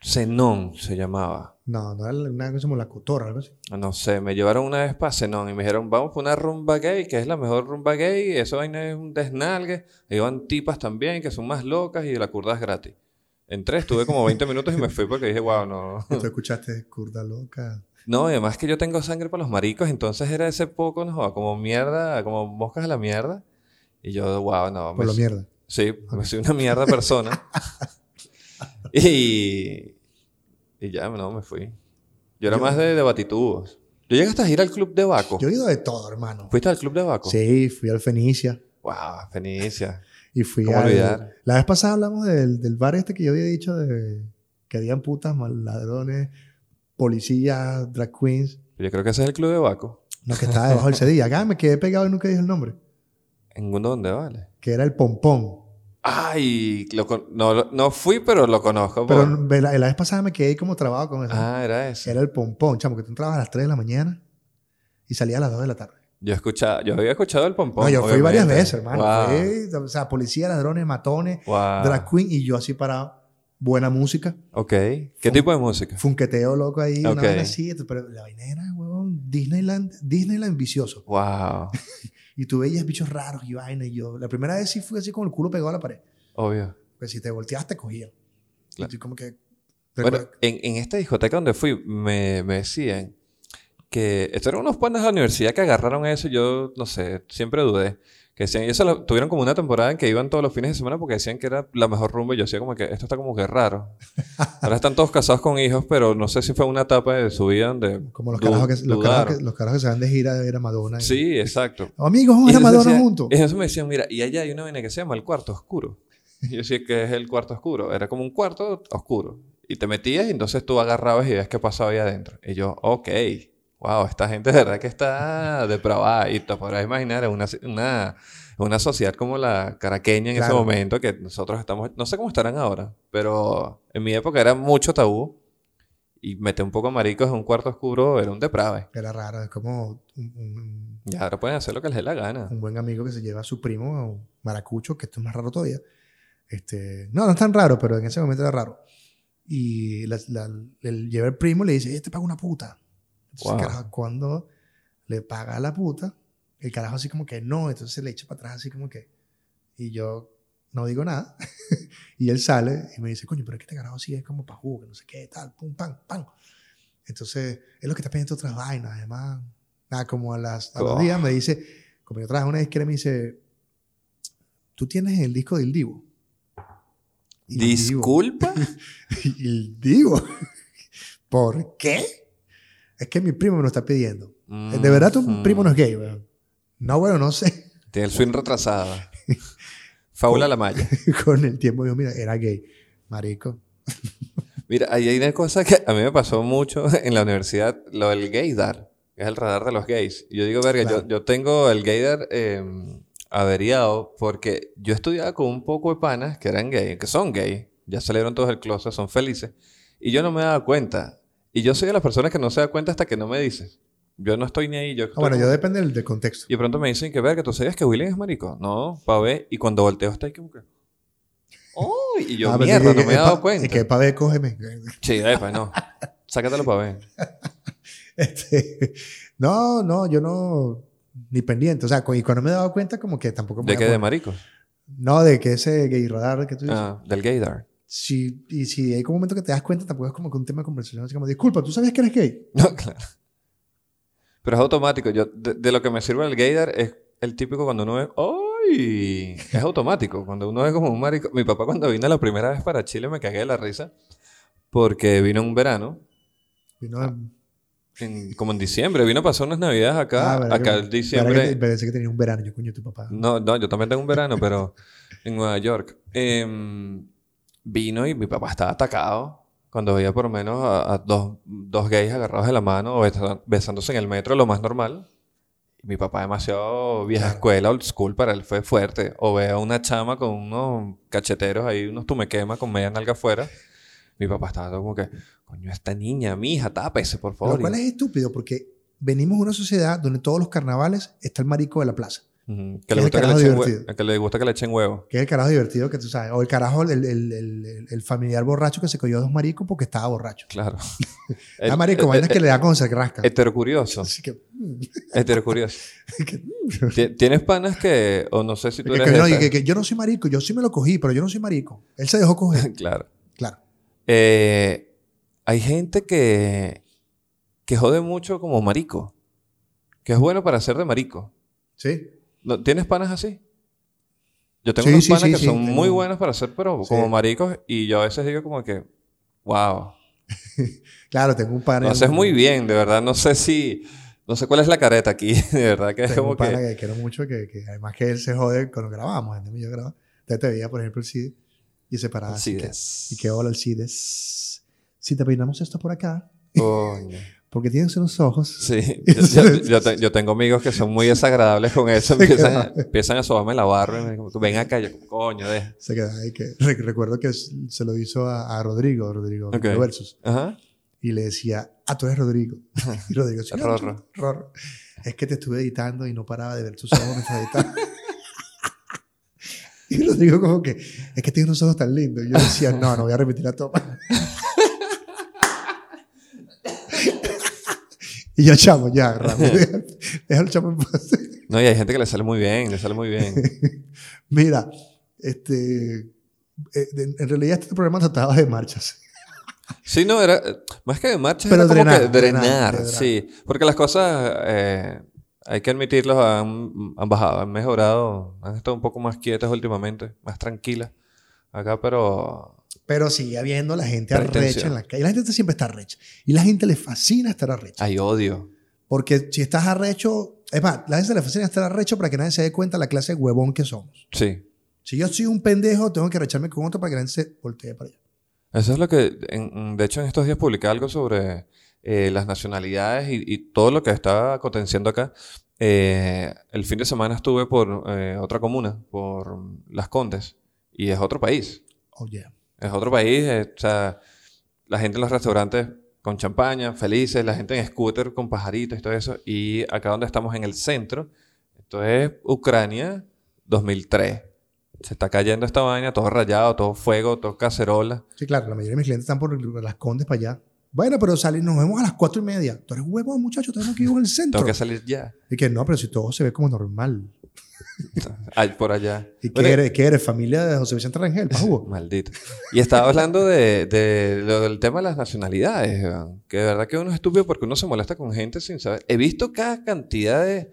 [SPEAKER 2] Zenón se llamaba.
[SPEAKER 1] no, no era una cosa como la cotorra, algo así.
[SPEAKER 2] No sé, me llevaron una vez para Zenón y me dijeron, vamos por una rumba gay, que es la mejor rumba gay, eso vaina es un desnalgue. Y van tipas también, que son más locas y la curda es gratis. Entré, estuve como 20 minutos y me fui porque dije, wow, no.
[SPEAKER 1] Y tú escuchaste curda loca.
[SPEAKER 2] Ah. No, y además que yo tengo sangre para los maricos, entonces era ese poco, no, joda, como mierda, como moscas a la mierda. Y yo, wow, no,
[SPEAKER 1] Por
[SPEAKER 2] me,
[SPEAKER 1] la mierda.
[SPEAKER 2] sí, me soy una mierda
[SPEAKER 1] <laughs>
[SPEAKER 2] persona. y, y ya, no, me fui. Yo era
[SPEAKER 1] Yo-
[SPEAKER 2] más de, de batitubos. Yo llegué hasta ir al club de Baco.
[SPEAKER 1] Yo he ido de todo, hermano.
[SPEAKER 2] ¿Fuiste al club de Baco?
[SPEAKER 1] Sí, fui al Fenicia
[SPEAKER 2] Wow, Fenicia.
[SPEAKER 1] y fui
[SPEAKER 2] ¿Cómo
[SPEAKER 1] al...
[SPEAKER 2] olvidar?
[SPEAKER 1] La vez pasada hablamos del, del bar este que yo había dicho de que habían putas, mal- ladrones, policías, drag queens.
[SPEAKER 2] Yo creo que ese es el club de Baco.
[SPEAKER 1] No, que estaba debajo del Cedilla. Acá me quedé pegado y nunca dije el nombre.
[SPEAKER 2] ¿En uno donde vale?
[SPEAKER 1] Que era el Pompón.
[SPEAKER 2] Ay, lo con- no, lo- no fui, pero lo conozco.
[SPEAKER 1] Pero
[SPEAKER 2] por-
[SPEAKER 1] ve- la, la vez pasada me quedé como trabado con eso.
[SPEAKER 2] Ah, era ese.
[SPEAKER 1] Era el pompón, chamo, que tú entrabas a las 3 de la mañana y salías a las 2 de la tarde.
[SPEAKER 2] Yo escuchaba, yo había escuchado el pompón.
[SPEAKER 1] no, yo fui
[SPEAKER 2] obviamente.
[SPEAKER 1] varias veces, hermano.
[SPEAKER 2] Wow.
[SPEAKER 1] Fui, o sea, policía, ladrones, matones,
[SPEAKER 2] Wow.
[SPEAKER 1] drag queen y yo así para buena música.
[SPEAKER 2] Ok. ¿Qué tipo de música?
[SPEAKER 1] Funqueteo loco ahí, una
[SPEAKER 2] Ok.
[SPEAKER 1] vaina así. Pero la vaina era, huevón, Disneyland, Disneyland vicioso. <laughs>
[SPEAKER 2] Wow.
[SPEAKER 1] Y tú veías bichos raros y vaina. Y yo, la primera vez sí fui así con el culo pegado a la pared.
[SPEAKER 2] Obvio.
[SPEAKER 1] Porque si te volteabas te cogían.
[SPEAKER 2] Claro.
[SPEAKER 1] Y tú como que...
[SPEAKER 2] Bueno, en, en esta discoteca donde fui, me, me decían que estos eran unos panas de la universidad que agarraron eso. y Yo, no sé, siempre dudé. Que decían, y eso lo- tuvieron como una temporada en que iban todos los fines de semana porque decían que era la mejor rumba. Y yo decía, como que esto está como
[SPEAKER 1] <laughs>
[SPEAKER 2] que raro. Ahora están todos casados con hijos, pero no sé si fue una etapa de su vida donde.
[SPEAKER 1] Como los
[SPEAKER 2] du-
[SPEAKER 1] carajos, que, los, carajos
[SPEAKER 2] dudaron.
[SPEAKER 1] que, los carajos que se van de gira a ver a Madonna. y-
[SPEAKER 2] Sí, exacto.
[SPEAKER 1] Oh, amigos, vamos a ver
[SPEAKER 2] Y
[SPEAKER 1] a
[SPEAKER 2] entonces
[SPEAKER 1] Madonna
[SPEAKER 2] decía-
[SPEAKER 1] juntos.
[SPEAKER 2] y eso me decían, mira, y allá hay una vaina que se llama el cuarto oscuro. <laughs> Y yo decía que es el cuarto oscuro. Era como un cuarto oscuro. Y te metías y entonces tú agarrabas y veías qué pasaba ahí adentro. Y yo, ok, wow, esta gente de verdad que está depravada. Y te podrás imaginar en una, una, una sociedad como la caraqueña en
[SPEAKER 1] Claro.
[SPEAKER 2] ese momento, que nosotros estamos, no sé cómo estarán ahora, pero en mi época era mucho tabú. Y meter un poco de maricos en un cuarto oscuro era un deprave.
[SPEAKER 1] Era raro, es como un, un-
[SPEAKER 2] Y ahora pueden hacer lo que les dé la gana.
[SPEAKER 1] un buen amigo que se lleva a su primo, a un maracucho, que esto es más raro todavía. Este, no, no es tan raro, pero en ese momento era raro. Y la, la- el, lleva el primo y le dice, "Ey, te paga una puta. Entonces,
[SPEAKER 2] Wow.
[SPEAKER 1] el carajo, cuando le paga a la puta, el carajo así como que no, entonces le echa para atrás así como que... Y yo no digo nada. <laughs> y él sale y me dice, coño, pero es que este carajo sí es como pa' jugo, que no sé qué, tal, pum, pam, pam. Entonces, es lo que está pendiente de otras vainas, además. Nada, como a las a los
[SPEAKER 2] Oh.
[SPEAKER 1] días me dice, como yo trabajaba en una disquera, me dice, tú tienes el disco del Divo. Y yo, <laughs>
[SPEAKER 2] Disculpa.
[SPEAKER 1] Y el Divo. ¿Por qué? Es que mi primo me lo está pidiendo. Eh,
[SPEAKER 2] Mm,
[SPEAKER 1] De verdad, tu
[SPEAKER 2] mm.
[SPEAKER 1] primo no es gay, weón. No, bueno, no sé. <laughs>
[SPEAKER 2] Tiene el swing retrasado. Faula la malla.
[SPEAKER 1] Con el tiempo dijo, mira, era gay. Marico.
[SPEAKER 2] Mira, ahí hay una cosa que a mí me pasó mucho <laughs> en la universidad, lo del gaydar, que es el radar de los gays. Y yo digo, verga,
[SPEAKER 1] Claro.
[SPEAKER 2] yo, yo tengo el gaydar eh, averiado porque yo estudiaba con un poco de panas que eran gay, que son gay, ya salieron todos del closet, son felices, y yo no me daba cuenta. Y yo soy de las personas que no se da cuenta hasta que no me dices. Yo no estoy ni ahí. Yo
[SPEAKER 1] Ah, bueno,
[SPEAKER 2] estoy-
[SPEAKER 1] yo depende del, del contexto.
[SPEAKER 2] Y de pronto me dicen que, verga, ¿tú sabías que William es marico? No, pa' ver. Y cuando volteo está ahí como que... ¡Oh! Y yo,
[SPEAKER 1] Ah, pero
[SPEAKER 2] mierda,
[SPEAKER 1] es que-
[SPEAKER 2] no me he
[SPEAKER 1] es
[SPEAKER 2] dado
[SPEAKER 1] pa-
[SPEAKER 2] cuenta.
[SPEAKER 1] Es que para ver, cógeme. <laughs>
[SPEAKER 2] Sí, epa, no. Sácatelo para ver.
[SPEAKER 1] Este, no, no, yo no. Ni pendiente. O sea, cu- y cuando me he dado cuenta, como que tampoco me
[SPEAKER 2] ¿De
[SPEAKER 1] voy a
[SPEAKER 2] qué? ¿De
[SPEAKER 1] poner-
[SPEAKER 2] marico?
[SPEAKER 1] No, de que ese gay radar que tú dices.
[SPEAKER 2] Ah, del gaydar. <laughs>
[SPEAKER 1] Si, y si hay como un momento que te das cuenta, tampoco es como que un tema de conversación. Así como, disculpa, ¿tú sabías que eres gay?
[SPEAKER 2] No, claro. Pero es automático. Yo, de, de lo que me sirve el gaydar es el típico cuando uno es... ¡Ay! Es automático. Cuando uno es como un marico... Mi papá cuando vino la primera vez para Chile me cagué de la risa porque vino un verano
[SPEAKER 1] Y
[SPEAKER 2] Ah,
[SPEAKER 1] no,
[SPEAKER 2] en- como en diciembre. Vino a pasar unas navidades acá.
[SPEAKER 1] ah, ¿verdad
[SPEAKER 2] acá Mm,
[SPEAKER 1] que-
[SPEAKER 2] en
[SPEAKER 1] ¿verdad
[SPEAKER 2] diciembre...
[SPEAKER 1] que te- Parece que tenía un verano. Yo, coño, tu papá.
[SPEAKER 2] No, no, yo también tengo un verano, pero en Nueva York. Em, vino y mi papá estaba atacado cuando veía por lo menos a, a dos, dos gays agarrados de la mano o besa- besándose en el metro, lo más normal. Y mi papá demasiado vieja
[SPEAKER 1] Claro.
[SPEAKER 2] escuela, old school, para él fue fuerte. O ve a una chama con unos cacheteros ahí, unos tumequemas con media nalga afuera. Mi papá estaba todo como que, coño, esta niña, mija, tápese, por favor.
[SPEAKER 1] Lo cual es estúpido porque venimos de una sociedad donde todos los carnavales está el marico de la plaza.
[SPEAKER 2] Ujú,
[SPEAKER 1] es
[SPEAKER 2] que, le
[SPEAKER 1] el
[SPEAKER 2] gusta que, le
[SPEAKER 1] carajo
[SPEAKER 2] echen hue-
[SPEAKER 1] divertido.
[SPEAKER 2] que le gusta que le echen huevo.
[SPEAKER 1] Que es el carajo divertido que tú sabes. O el carajo, el, el- el- el- el familiar borracho que se cogió a dos maricos porque estaba borracho. <laughs>
[SPEAKER 2] Claro. Eh,
[SPEAKER 1] Ah, marico, vainas que le da con se rasca.
[SPEAKER 2] Heterocurioso.
[SPEAKER 1] Así que, <laughs> mm,
[SPEAKER 2] Heterocurioso.
[SPEAKER 1] <laughs> que-
[SPEAKER 2] Ti- ¿Tienes panas que, o no sé si tú
[SPEAKER 1] que-
[SPEAKER 2] eres
[SPEAKER 1] que
[SPEAKER 2] de
[SPEAKER 1] no, y
[SPEAKER 2] esta-
[SPEAKER 1] que- que yo no soy marico, yo sí me lo cogí, pero yo no soy marico. Él se dejó coger,
[SPEAKER 2] <laughs> Claro.
[SPEAKER 1] claro.
[SPEAKER 2] Eh, hay gente que, que jode mucho como marico. Que es bueno para ser de marico.
[SPEAKER 1] Sí.
[SPEAKER 2] ¿No- ¿Tienes panas así? Yo tengo
[SPEAKER 1] Sí,
[SPEAKER 2] unos
[SPEAKER 1] sí,
[SPEAKER 2] panas
[SPEAKER 1] sí,
[SPEAKER 2] que
[SPEAKER 1] sí,
[SPEAKER 2] son
[SPEAKER 1] tengo.
[SPEAKER 2] muy buenos para ser, pero
[SPEAKER 1] Sí.
[SPEAKER 2] como maricos. Y yo a veces digo como que, wow,
[SPEAKER 1] Claro, tengo un par.
[SPEAKER 2] lo haces muy bien. De verdad, no sé si... No sé cuál es la careta aquí. <laughs> De verdad que es
[SPEAKER 1] Tengo
[SPEAKER 2] como
[SPEAKER 1] un pana
[SPEAKER 2] que...
[SPEAKER 1] que... quiero mucho, que, que además que él se jode cuando grabamos. ¿entendés? Yo grababa. Entonces te veía, por ejemplo, el CID y se paraba. así
[SPEAKER 2] Así
[SPEAKER 1] ah, que-
[SPEAKER 2] es.
[SPEAKER 1] Y que hola el CID es, Si te peinamos esto por acá,
[SPEAKER 2] Coño.
[SPEAKER 1] porque tienes unos ojos.
[SPEAKER 2] Sí,
[SPEAKER 1] <laughs>
[SPEAKER 2] yo, yo- yo te- yo tengo amigos que son muy desagradables con
[SPEAKER 1] <laughs>
[SPEAKER 2] eso, empiezan, empiezan a sobarme la barba y me dicen, ven acá, yo, coño, deja.
[SPEAKER 1] Se queda ahí que re- recuerdo que s- se lo hizo a, a Rodrigo, Rodrigo
[SPEAKER 2] Ok.
[SPEAKER 1] Versus,
[SPEAKER 2] Ajá.
[SPEAKER 1] y le decía, ah, tú eres Rodrigo. Y Rodrigo decía, "No,
[SPEAKER 2] Rorro.
[SPEAKER 1] tú- Rorro. Es que te estuve editando y no paraba de ver tus ojos mientras editaba. <laughs> y Rodrigo como que, es que tienes unos ojos tan lindos. Y yo decía, no, no voy a repetir la toma. <laughs> y yo, chamo, ya, Ramos, deja- déjalo, chamo, en paz.
[SPEAKER 2] No, y hay gente que le sale muy bien, le sale muy bien.
[SPEAKER 1] <laughs> Mira, este, eh, en en realidad este programa trataba de marchas.
[SPEAKER 2] Sí, no, era eh, más que de marcha,
[SPEAKER 1] Pero
[SPEAKER 2] era como
[SPEAKER 1] drenar,
[SPEAKER 2] que
[SPEAKER 1] drenar,
[SPEAKER 2] drenar,
[SPEAKER 1] drenar.
[SPEAKER 2] sí. Porque las cosas, eh, hay que admitirlos, han, han bajado, han mejorado, han estado un poco más quietas últimamente, más tranquilas acá, pero
[SPEAKER 1] Pero sigue habiendo la gente
[SPEAKER 2] Pero
[SPEAKER 1] arrecha
[SPEAKER 2] intención.
[SPEAKER 1] en la calle. La gente siempre está arrecha. Y la gente le fascina estar arrecha.
[SPEAKER 2] hay odio.
[SPEAKER 1] Porque si estás arrecho, es más, la gente le fascina estar arrecho para que nadie se dé cuenta la clase de huevón que somos.
[SPEAKER 2] Sí.
[SPEAKER 1] Si yo soy un pendejo, tengo que arrecharme con otro para que la gente se voltee para allá.
[SPEAKER 2] Eso es lo que, en- de hecho, en estos días publiqué algo sobre eh, las nacionalidades y, y todo lo que está aconteciendo acá. Eh, el fin de semana estuve por eh, otra comuna, por Las Condes, y es otro país.
[SPEAKER 1] Oye,
[SPEAKER 2] Es otro país, eh, o sea, la gente en los restaurantes con champaña, felices, la gente en scooter con pajaritos y todo eso. Y acá donde estamos en el centro, esto es Ucrania 2003. Se está cayendo esta vaina, todo rayado, todo fuego, todo cacerola.
[SPEAKER 1] sí, claro, la mayoría de mis clientes están por las condes para allá. Bueno, pero salen, nos vemos a las cuatro y media. Tú eres huevón, muchacho, tenemos que ir al centro.
[SPEAKER 2] Tengo que salir ya.
[SPEAKER 1] Y que no, pero si todo se ve como normal.
[SPEAKER 2] Ay, por allá.
[SPEAKER 1] ¿Y qué
[SPEAKER 2] Bueno,
[SPEAKER 1] eres? ¿Qué eres? ¿Familia de José Vicente Rangel?
[SPEAKER 2] <laughs>
[SPEAKER 1] Pajú?
[SPEAKER 2] Maldito. Y estaba hablando de, de lo del tema de las nacionalidades, weón. que de verdad que uno es estúpido porque uno se molesta con gente sin saber. He visto cada cantidad de,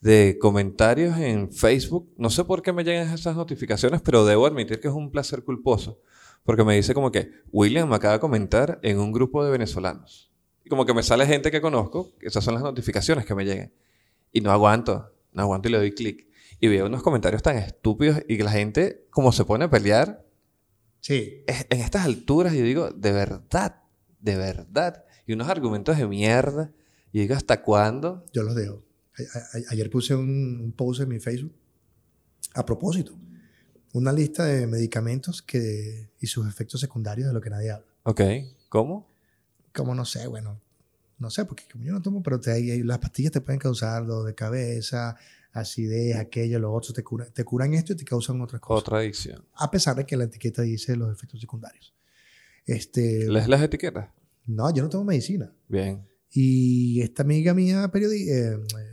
[SPEAKER 2] de comentarios en Facebook. No sé por qué me llegan esas notificaciones, pero debo admitir que es un placer culposo. Porque me dice como que William me acaba de comentar en un grupo de venezolanos. y como que me sale gente que conozco, esas son las notificaciones que me llegan. Y no aguanto, no aguanto y le doy clic. Y veo unos comentarios tan estúpidos y que la gente, como se pone a pelear,
[SPEAKER 1] Sí.
[SPEAKER 2] es- en estas alturas, yo digo, de verdad, de verdad. Y unos argumentos de mierda. Y digo, ¿hasta cuándo?
[SPEAKER 1] Yo los dejo. A- a- ayer puse un, un post en mi Facebook a propósito. Una lista de medicamentos que, y sus efectos secundarios de lo que nadie habla.
[SPEAKER 2] Ok, ¿cómo?
[SPEAKER 1] Como no sé, bueno, no sé, porque como yo no tomo, pero te- hay- hay- las pastillas te pueden causar dolor de cabeza, acidez, aquello, lo otro. Te, cura- te curan esto y te causan otras cosas.
[SPEAKER 2] Otra adicción.
[SPEAKER 1] A pesar de que la etiqueta dice los efectos secundarios. Este,
[SPEAKER 2] ¿Lees las etiquetas?
[SPEAKER 1] No, yo no tomo medicina.
[SPEAKER 2] Bien.
[SPEAKER 1] Y esta amiga mía, periodi- eh, eh,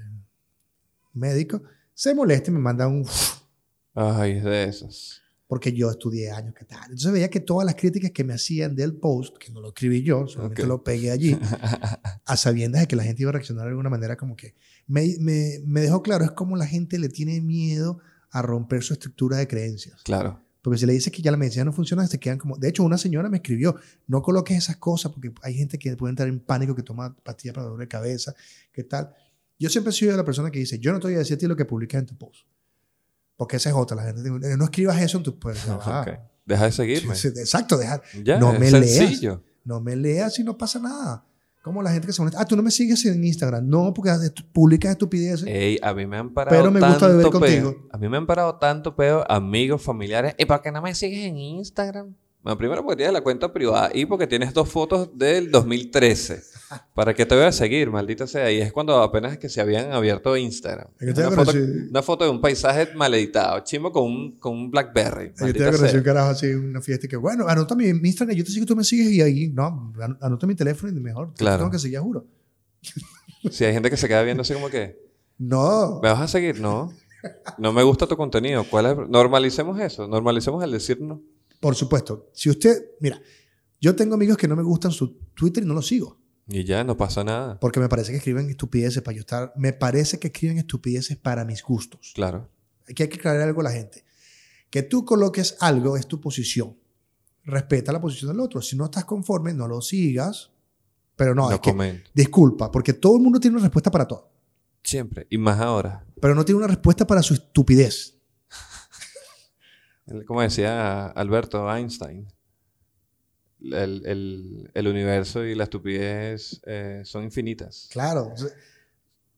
[SPEAKER 1] médico, se molesta y me manda un... "Uf",
[SPEAKER 2] Ay, es de esas.
[SPEAKER 1] Porque yo estudié años, ¿qué tal? Entonces veía que todas las críticas que me hacían del post, que no lo escribí yo, solamente
[SPEAKER 2] Ok.
[SPEAKER 1] lo pegué allí, a sabiendas de que la gente iba a reaccionar de alguna manera como que... Me, me- me dejó claro, es como la gente le tiene miedo a romper su estructura de creencias.
[SPEAKER 2] Claro.
[SPEAKER 1] Porque si le dices que ya la medicina no funciona, se quedan como... De hecho, una señora me escribió, no coloques esas cosas porque hay gente que puede entrar en pánico, que toma pastillas para dolor de cabeza, ¿qué tal? Yo siempre he sido la persona que dice, yo no te voy a decir a ti lo que publicas en tu post. Porque esa es otra, la gente te dice, no escribas eso en tus posts.
[SPEAKER 2] <laughs> Ok. pues. Deja de seguirme.
[SPEAKER 1] Exacto, deja,
[SPEAKER 2] Ya,
[SPEAKER 1] No
[SPEAKER 2] es
[SPEAKER 1] me leas.
[SPEAKER 2] sencillo.
[SPEAKER 1] no me leas y no pasa nada. Como la gente que se molesta, ah, tú no me sigues en Instagram. No, porque estu- publicas estupideces.
[SPEAKER 2] Ey, a mí me han parado
[SPEAKER 1] Pero me gusta
[SPEAKER 2] tanto
[SPEAKER 1] beber
[SPEAKER 2] peo.
[SPEAKER 1] contigo.
[SPEAKER 2] A mí me han parado tanto peo, amigos, familiares. ¿Y para qué no me sigues en Instagram? Bueno, primero porque tienes la cuenta privada y porque tienes dos fotos del 2013. ¿Para qué te voy a seguir, maldita sea? Y es cuando apenas es que se habían abierto Instagram.
[SPEAKER 1] El que te
[SPEAKER 2] una,
[SPEAKER 1] conocí-
[SPEAKER 2] foto, una foto de un paisaje mal editado, chimo con un, con un Blackberry.
[SPEAKER 1] Yo te
[SPEAKER 2] maldita sea.
[SPEAKER 1] conocí un carajo así en una fiesta y que, bueno, anota mi mi Instagram, yo te sigo, tú me sigues y ahí, no, an- anota mi teléfono y mejor. te
[SPEAKER 2] Claro.
[SPEAKER 1] Tengo que seguir, juro.
[SPEAKER 2] Si hay gente que se queda viendo así como que,
[SPEAKER 1] No,
[SPEAKER 2] ¿me vas a seguir? No. No me gusta tu contenido. ¿Cuál es? el pro-?" Normalicemos eso. Normalicemos el decir no.
[SPEAKER 1] por supuesto. Si usted, mira, yo tengo amigos que no me gustan su Twitter y no lo sigo.
[SPEAKER 2] Y ya, no pasa nada.
[SPEAKER 1] Porque me parece que escriben estupideces para yo estar. Me parece que escriben estupideces para mis gustos.
[SPEAKER 2] Claro.
[SPEAKER 1] Aquí hay que aclarar algo a la gente. Que tú coloques algo es tu posición. Respeta la posición del otro. Si no estás conforme, no lo sigas. Pero no,
[SPEAKER 2] No,
[SPEAKER 1] es que-
[SPEAKER 2] comento.
[SPEAKER 1] disculpa, porque todo el mundo tiene una respuesta para todo.
[SPEAKER 2] Siempre. Y más ahora.
[SPEAKER 1] Pero no tiene una respuesta para su estupidez.
[SPEAKER 2] El- Como decía Alberto Einstein, el, el- el universo y la estupidez eh, son infinitas.
[SPEAKER 1] Claro. o sea,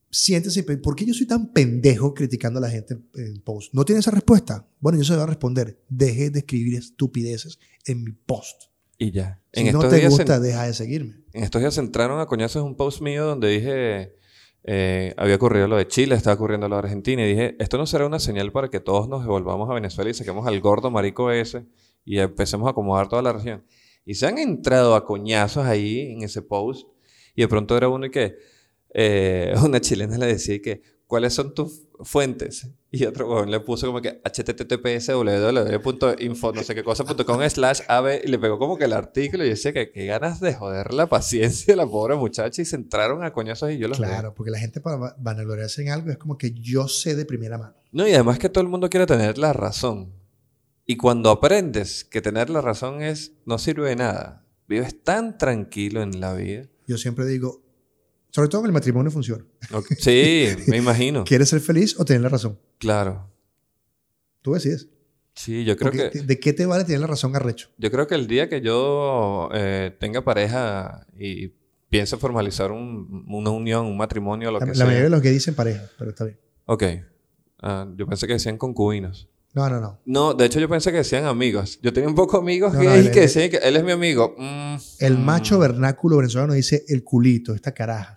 [SPEAKER 1] Siéntese, pe- ¿por qué yo soy tan pendejo criticando a la gente en- en post? ¿No tiene esa respuesta? Bueno, yo se lo voy a responder. Deje de escribir estupideces en mi post.
[SPEAKER 2] Y ya.
[SPEAKER 1] Si
[SPEAKER 2] en,
[SPEAKER 1] no
[SPEAKER 2] estos
[SPEAKER 1] te
[SPEAKER 2] días se-
[SPEAKER 1] gusta, deja de seguirme.
[SPEAKER 2] en estos días se entraron a coñazos un post mío donde dije, eh, había ocurrido lo de Chile, estaba ocurriendo lo de Argentina, y dije, esto no será una señal para que todos nos devolvamos a Venezuela y saquemos al gordo marico ese y empecemos a acomodar toda la región. Y se han entrado a coñazos ahí en ese post. Y de pronto era uno y que eh, <laughs> una chilena le decía que, ¿cuáles son tus fuentes? Y otro huevón le puso como que https www.info no sé qué cosa punto com slash ave y le pegó como que el artículo y decía que qué ganas de joder la paciencia de la pobre muchacha y se entraron a coñazos y yo los veo.
[SPEAKER 1] Claro, porque la gente para va- vanagloriarse en algo es como que yo sé de primera mano.
[SPEAKER 2] No, y además que todo el mundo quiere tener la razón. Y cuando aprendes que tener la razón es no sirve de nada, vives tan tranquilo en la vida.
[SPEAKER 1] Yo siempre digo, sobre todo en el matrimonio funciona.
[SPEAKER 2] Ok, Sí,
[SPEAKER 1] <laughs>
[SPEAKER 2] me imagino.
[SPEAKER 1] ¿Quieres ser feliz o tener la razón?
[SPEAKER 2] Claro.
[SPEAKER 1] Tú decides.
[SPEAKER 2] Sí, yo creo
[SPEAKER 1] Porque
[SPEAKER 2] que
[SPEAKER 1] ¿De qué te vale tener la razón arrecho?
[SPEAKER 2] yo creo que el día que yo eh, tenga pareja y piense formalizar un- una unión, un matrimonio, lo
[SPEAKER 1] La,
[SPEAKER 2] que
[SPEAKER 1] la
[SPEAKER 2] sea.
[SPEAKER 1] mayoría de los que dicen pareja, pero está bien.
[SPEAKER 2] Ok. Ah, yo pensé que decían concubinos.
[SPEAKER 1] No, no, no.
[SPEAKER 2] No, de hecho yo pensé que decían amigos. Yo tenía un poco amigos
[SPEAKER 1] No, no,
[SPEAKER 2] gays
[SPEAKER 1] el-
[SPEAKER 2] que
[SPEAKER 1] el-
[SPEAKER 2] decían que él es mi amigo. Mm,
[SPEAKER 1] El
[SPEAKER 2] mm.
[SPEAKER 1] macho vernáculo venezolano dice el culito, esta caraja.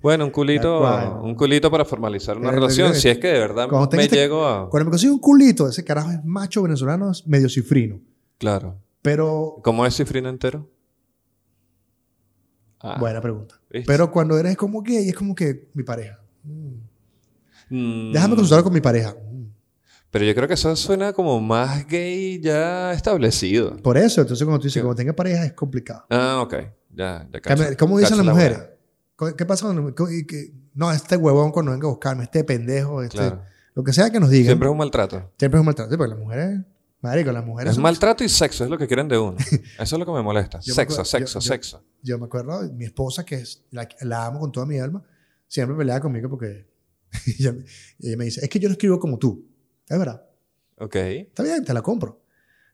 [SPEAKER 2] Bueno, un
[SPEAKER 1] Tal
[SPEAKER 2] culito,
[SPEAKER 1] cual.
[SPEAKER 2] un culito para formalizar una
[SPEAKER 1] Eh,
[SPEAKER 2] relación,
[SPEAKER 1] eh,
[SPEAKER 2] si es que de verdad
[SPEAKER 1] cuando
[SPEAKER 2] me
[SPEAKER 1] tengas este-
[SPEAKER 2] llego a...
[SPEAKER 1] Cuando me consigo un culito, ese carajo es macho venezolano, es medio cifrino.
[SPEAKER 2] Claro.
[SPEAKER 1] Pero,
[SPEAKER 2] ¿Cómo es cifrino entero? Ah,
[SPEAKER 1] buena pregunta.
[SPEAKER 2] ¿viste?
[SPEAKER 1] Pero cuando eres como gay, es como que mi pareja. Mm.
[SPEAKER 2] Mm,
[SPEAKER 1] Déjame consultarlo con mi pareja. Mm.
[SPEAKER 2] Pero yo creo que eso suena como más gay ya establecido.
[SPEAKER 1] Por eso, entonces cuando tú dices,
[SPEAKER 2] Sí.
[SPEAKER 1] cuando tenga pareja es complicado.
[SPEAKER 2] Ah, ok. Ya, ya
[SPEAKER 1] Cambia-
[SPEAKER 2] cacho-
[SPEAKER 1] ¿Cómo dicen
[SPEAKER 2] cacho
[SPEAKER 1] las
[SPEAKER 2] la
[SPEAKER 1] mujeres?
[SPEAKER 2] buena.
[SPEAKER 1] Co- ¿Qué pasa cuando... co- y que- no, este huevón cuando venga a buscarme, este pendejo, este...
[SPEAKER 2] Claro.
[SPEAKER 1] Lo que sea que nos digan.
[SPEAKER 2] Siempre
[SPEAKER 1] Siempre,
[SPEAKER 2] es un maltrato.
[SPEAKER 1] es un maltrato. Sí, Porque las mujeres... Marico, las mujeres.
[SPEAKER 2] Es
[SPEAKER 1] son-
[SPEAKER 2] maltrato y sexo, es lo que quieren de
[SPEAKER 1] <laughs>
[SPEAKER 2] uno. Eso es lo que me molesta.
[SPEAKER 1] Yo me
[SPEAKER 2] sexo,
[SPEAKER 1] acuerdo-
[SPEAKER 2] sexo,
[SPEAKER 1] yo- yo-
[SPEAKER 2] sexo.
[SPEAKER 1] Yo me acuerdo, mi esposa, que es la, la amo con toda mi alma, siempre peleaba conmigo porque <laughs> ella, me- ella me dice: Es que yo no escribo como tú. Es verdad.
[SPEAKER 2] Ok.
[SPEAKER 1] Está bien, te la compro.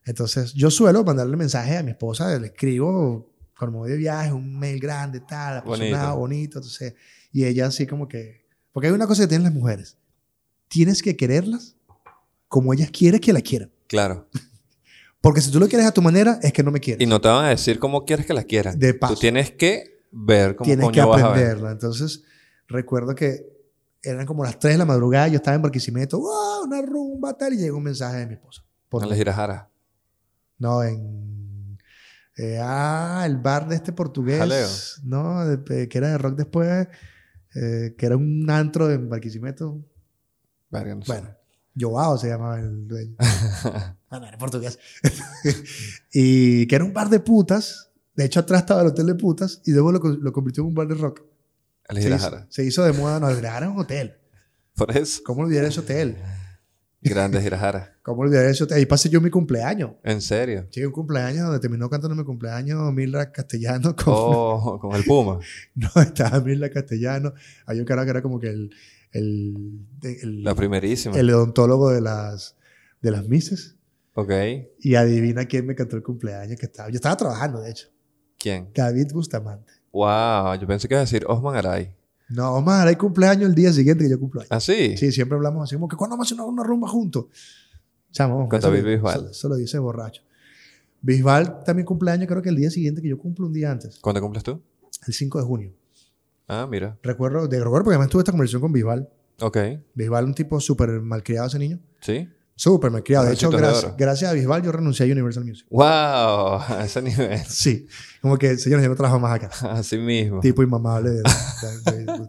[SPEAKER 1] Entonces, yo suelo mandarle mensajes a mi esposa, le escribo como de viaje, un mail grande, tal, apasionado, bonito. Entonces, y ella así como que. Porque hay una cosa que tienen las mujeres: tienes que quererlas como ellas quieren que la quieran.
[SPEAKER 2] Claro.
[SPEAKER 1] Porque si tú lo quieres a tu manera, es que no me quieres.
[SPEAKER 2] Y no te van a decir cómo quieres que las quieran.
[SPEAKER 1] De paso.
[SPEAKER 2] Tú tienes que ver cómo
[SPEAKER 1] tienes
[SPEAKER 2] coño
[SPEAKER 1] que
[SPEAKER 2] vas a ver.
[SPEAKER 1] aprenderla. Entonces, recuerdo que eran como las 3 de la madrugada, yo estaba en Barquisimeto, ¡wow! Una rumba, tal, y llegó un mensaje de mi esposa. Por-
[SPEAKER 2] En la Jirajara.
[SPEAKER 1] no, en. eh, ah, el bar de este portugués.
[SPEAKER 2] Jaleo.
[SPEAKER 1] No, de- eh, que era de rock después, eh, que era un antro en Barquisimeto.
[SPEAKER 2] Verga, no sé.
[SPEAKER 1] Bueno, Joao se llamaba el
[SPEAKER 2] <laughs>
[SPEAKER 1] dueño. Ah, no, era portugués. <laughs> y que era un bar de putas. De hecho, atrás estaba el hotel de putas y luego lo, co- lo convirtió en un bar de rock.
[SPEAKER 2] En la
[SPEAKER 1] Se hizo,
[SPEAKER 2] Jirajara.
[SPEAKER 1] se hizo de moda, no, Guadalajara era un hotel.
[SPEAKER 2] Por <laughs> eso.
[SPEAKER 1] ¿Cómo olvidar ese hotel?
[SPEAKER 2] Grande Jirajara.
[SPEAKER 1] ¿Cómo olvidar ese hotel? Ahí pasé yo mi cumpleaños.
[SPEAKER 2] En <laughs> serio.
[SPEAKER 1] Sí, un cumpleaños donde terminó cantando mi cumpleaños Mirla Castellano. <laughs> Con,
[SPEAKER 2] Oh, con el Puma.
[SPEAKER 1] No, estaba Mirla Castellano. Hay un cara que era como que el, el, el,
[SPEAKER 2] La primerísima.
[SPEAKER 1] el odontólogo de las, de las mises.
[SPEAKER 2] Ok.
[SPEAKER 1] Y adivina quién me cantó el cumpleaños que estaba. Yo estaba trabajando, de hecho.
[SPEAKER 2] ¿Quién?
[SPEAKER 1] David Bustamante.
[SPEAKER 2] Wow, yo pensé que iba a decir Osman Aray.
[SPEAKER 1] No, Omar, hay cumpleaños el día siguiente que yo cumplo años.
[SPEAKER 2] ¿Ah, sí?
[SPEAKER 1] Sí, siempre hablamos así como que cuando vamos a hacer una, una rumba juntos. Chamo,
[SPEAKER 2] Con
[SPEAKER 1] eso
[SPEAKER 2] David
[SPEAKER 1] lo-
[SPEAKER 2] Bisbal.
[SPEAKER 1] Eso, eso lo dice borracho. Bisbal también cumpleaños, creo que el día siguiente que yo cumplo un día antes,
[SPEAKER 2] ¿Cuándo cumples tú?
[SPEAKER 1] el 5 de junio.
[SPEAKER 2] Ah, mira.
[SPEAKER 1] Recuerdo, de recuerdo porque además tuve esta conversación con Bisbal.
[SPEAKER 2] Ok.
[SPEAKER 1] Bisbal, un tipo súper malcriado ese niño.
[SPEAKER 2] ¿Sí?
[SPEAKER 1] Súper malcriado. De hecho,
[SPEAKER 2] Borrachitos de
[SPEAKER 1] gracias-
[SPEAKER 2] oro.
[SPEAKER 1] gracias a Bisbal yo renuncié a Universal Music.
[SPEAKER 2] Wow, a <laughs> ese nivel.
[SPEAKER 1] Sí, como que, señores, yo no trabajo más acá.
[SPEAKER 2] Así mismo.
[SPEAKER 1] tipo inmamable. de- de- de-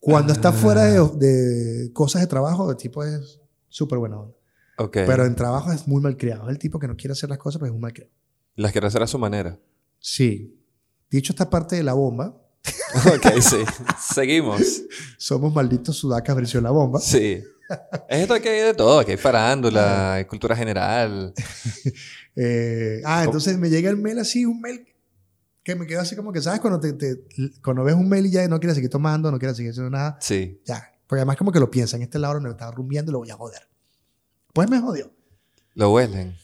[SPEAKER 1] Cuando está fuera de, de cosas de trabajo, el tipo es súper bueno.
[SPEAKER 2] Ok.
[SPEAKER 1] Pero en trabajo es muy malcriado. Es el tipo que no quiere hacer las cosas, pero es un malcriado.
[SPEAKER 2] Las quiere hacer a su manera. <laughs>
[SPEAKER 1] Sí. Dicho esta parte de la bomba,
[SPEAKER 2] Ok, sí. Seguimos.
[SPEAKER 1] somos malditos sudacas versión la bomba.
[SPEAKER 2] Sí. Es esto que hay de todo. Aquí hay farándula, hay cultura general.
[SPEAKER 1] Eh, ah, entonces me llega el mail así, un mail que me quedó así como que, ¿sabes? Cuando, te, te- cuando ves un mail y ya no quieres seguir tomando, no quieres seguir haciendo nada,
[SPEAKER 2] Sí.
[SPEAKER 1] ya. Porque además como que lo piensan, este lado me estaba rumbiando y lo voy a joder. Pues me jodió.
[SPEAKER 2] Lo huelen.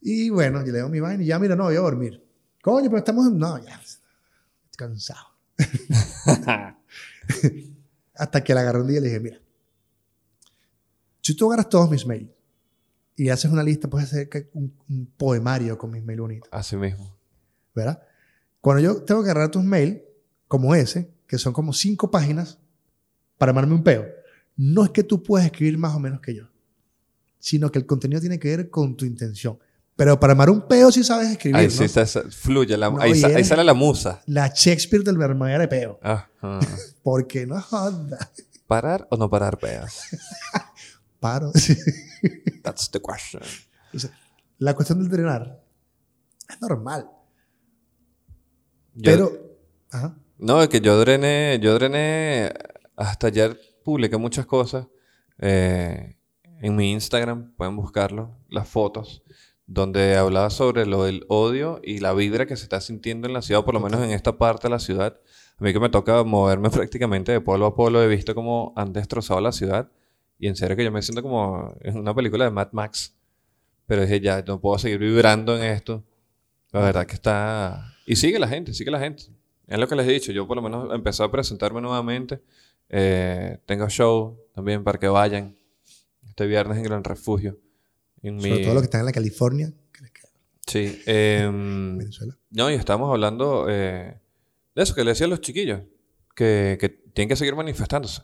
[SPEAKER 1] Y bueno, yo le doy mi vaina y ya, mira, no, voy a dormir. Coño, pero estamos... en- No, ya. Estoy cansado. Hasta que la agarré un día y le dije, mira, si tú agarras todos mis mails y haces una lista, puedes hacer que- un, un poemario con mis mails bonitos,
[SPEAKER 2] Así mismo.
[SPEAKER 1] ¿verdad? Cuando yo tengo que agarrar tus mails, como ese, que son como cinco páginas, para armarme un peo, no es que tú puedas escribir más o menos que yo, sino que el contenido tiene que ver con tu intención. Pero para armar un peo sí sabes escribir,
[SPEAKER 2] Ahí
[SPEAKER 1] ¿no?
[SPEAKER 2] sí se- se- fluye. la-
[SPEAKER 1] No,
[SPEAKER 2] ahí,
[SPEAKER 1] y
[SPEAKER 2] sa- ahí
[SPEAKER 1] eres-
[SPEAKER 2] sale la musa.
[SPEAKER 1] La Shakespeare del armadero de peo. <laughs>
[SPEAKER 2] Ajá.
[SPEAKER 1] Porque no joda.
[SPEAKER 2] ¿Parar o no parar, peas?
[SPEAKER 1] <laughs> Paro. <laughs>
[SPEAKER 2] That's the question.
[SPEAKER 1] La cuestión del drenar es normal.
[SPEAKER 2] Yo-
[SPEAKER 1] Pero, ajá,
[SPEAKER 2] No, es que yo drené, yo drené, hasta ayer publiqué muchas cosas eh, en mi Instagram, pueden buscarlo, las fotos, donde hablaba sobre lo del odio y la vibra que se está sintiendo en la ciudad, o por lo menos en esta parte de la ciudad. A mí que me toca moverme <laughs> prácticamente de pueblo a pueblo, he visto cómo han destrozado la ciudad y en serio que yo me siento como en una película de Mad Max. Pero dije, ya, no puedo seguir vibrando en esto. La verdad que está... Y sigue la gente, sigue la gente. Es lo que les he dicho. Yo por lo menos empecé a presentarme nuevamente. Eh, tengo show también para que vayan. Este viernes en Gran Refugio. En mi...
[SPEAKER 1] sobre todo los que están en la California, que les queda
[SPEAKER 2] Sí. em,
[SPEAKER 1] Venezuela.
[SPEAKER 2] no, y estamos hablando eh, de eso que le decía a los chiquillos. Que, que tienen que seguir manifestándose.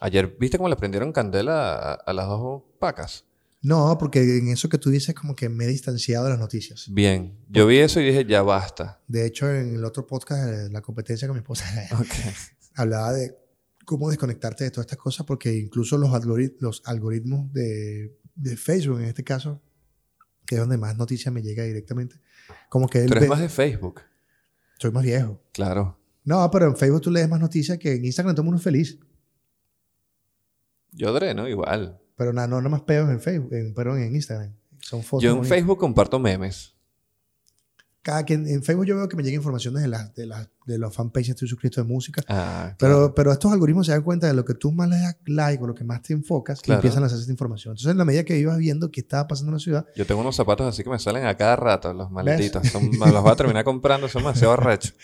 [SPEAKER 2] Ayer, ¿viste cómo le prendieron candela a, a las dos pacas?
[SPEAKER 1] No, porque en eso que tú dices como que me he distanciado de las noticias.
[SPEAKER 2] Bien. Yo vi eso y dije, ya basta. <laughs>
[SPEAKER 1] De hecho, en el otro podcast, eh, la competencia con mi esposa, <laughs>
[SPEAKER 2] Ok.
[SPEAKER 1] hablaba de cómo desconectarte de todas estas cosas, porque incluso los, algori- los algoritmos de, de Facebook, en este caso, que es donde más noticias me llega directamente, como que él
[SPEAKER 2] Tú eres
[SPEAKER 1] ve-
[SPEAKER 2] más de Facebook.
[SPEAKER 1] soy más viejo.
[SPEAKER 2] Claro.
[SPEAKER 1] No, pero en Facebook tú lees más noticias que en Instagram todo el mundo es feliz.
[SPEAKER 2] Yo dreno igual.
[SPEAKER 1] Pero nada, no, no más peos en Facebook, en, perdón, en Instagram. Son fotos.
[SPEAKER 2] Yo en
[SPEAKER 1] bonitas.
[SPEAKER 2] Facebook comparto memes.
[SPEAKER 1] Cada quien, en Facebook yo veo que me llega información de las, de las, de los fanpages, estoy suscrito de música.
[SPEAKER 2] Ah, claro.
[SPEAKER 1] Pero, pero estos algoritmos se dan cuenta de lo que tú más le das like o lo que más te enfocas y
[SPEAKER 2] Claro.
[SPEAKER 1] empiezan a hacer esta información. Entonces, en la medida que ibas viendo qué estaba pasando en la ciudad,
[SPEAKER 2] Yo tengo unos zapatos así que me salen a cada rato, los malditos. Son, me los voy a terminar comprando, son demasiado arrechos.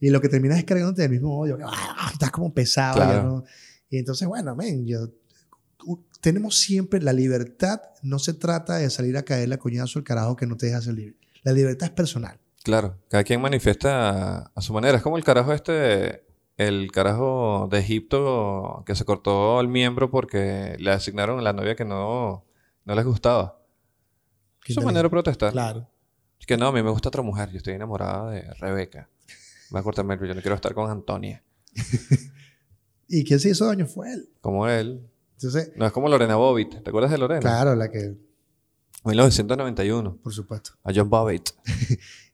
[SPEAKER 1] y lo que terminas es cargándote del mismo odio, que, "Ah, estás como pesado.
[SPEAKER 2] Claro.
[SPEAKER 1] ya no". Y entonces, bueno, men, yo, u- tenemos siempre la libertad, no se trata de salir a caer la coñazo al carajo que no te deja ser libre. La libertad es personal.
[SPEAKER 2] Claro, cada quien manifiesta a, a su manera. Es como el carajo este, el carajo de Egipto que se cortó el miembro porque le asignaron a la novia que no, no les gustaba.
[SPEAKER 1] ¿Qué
[SPEAKER 2] Su
[SPEAKER 1] tal?
[SPEAKER 2] manera de protestar.
[SPEAKER 1] Claro.
[SPEAKER 2] Que no, a mí me gusta otra mujer. Yo estoy enamorada de Rebeca. Va a cortarme el pelo. Yo no quiero estar con Antonia.
[SPEAKER 1] Y quien se hizo daño fue él.
[SPEAKER 2] Como él.
[SPEAKER 1] Entonces,
[SPEAKER 2] No es como Lorena Bobbitt. ¿Te acuerdas de Lorena?
[SPEAKER 1] claro, la que,
[SPEAKER 2] 1991.
[SPEAKER 1] por supuesto.
[SPEAKER 2] A John
[SPEAKER 1] <laughs>
[SPEAKER 2] Bobbitt.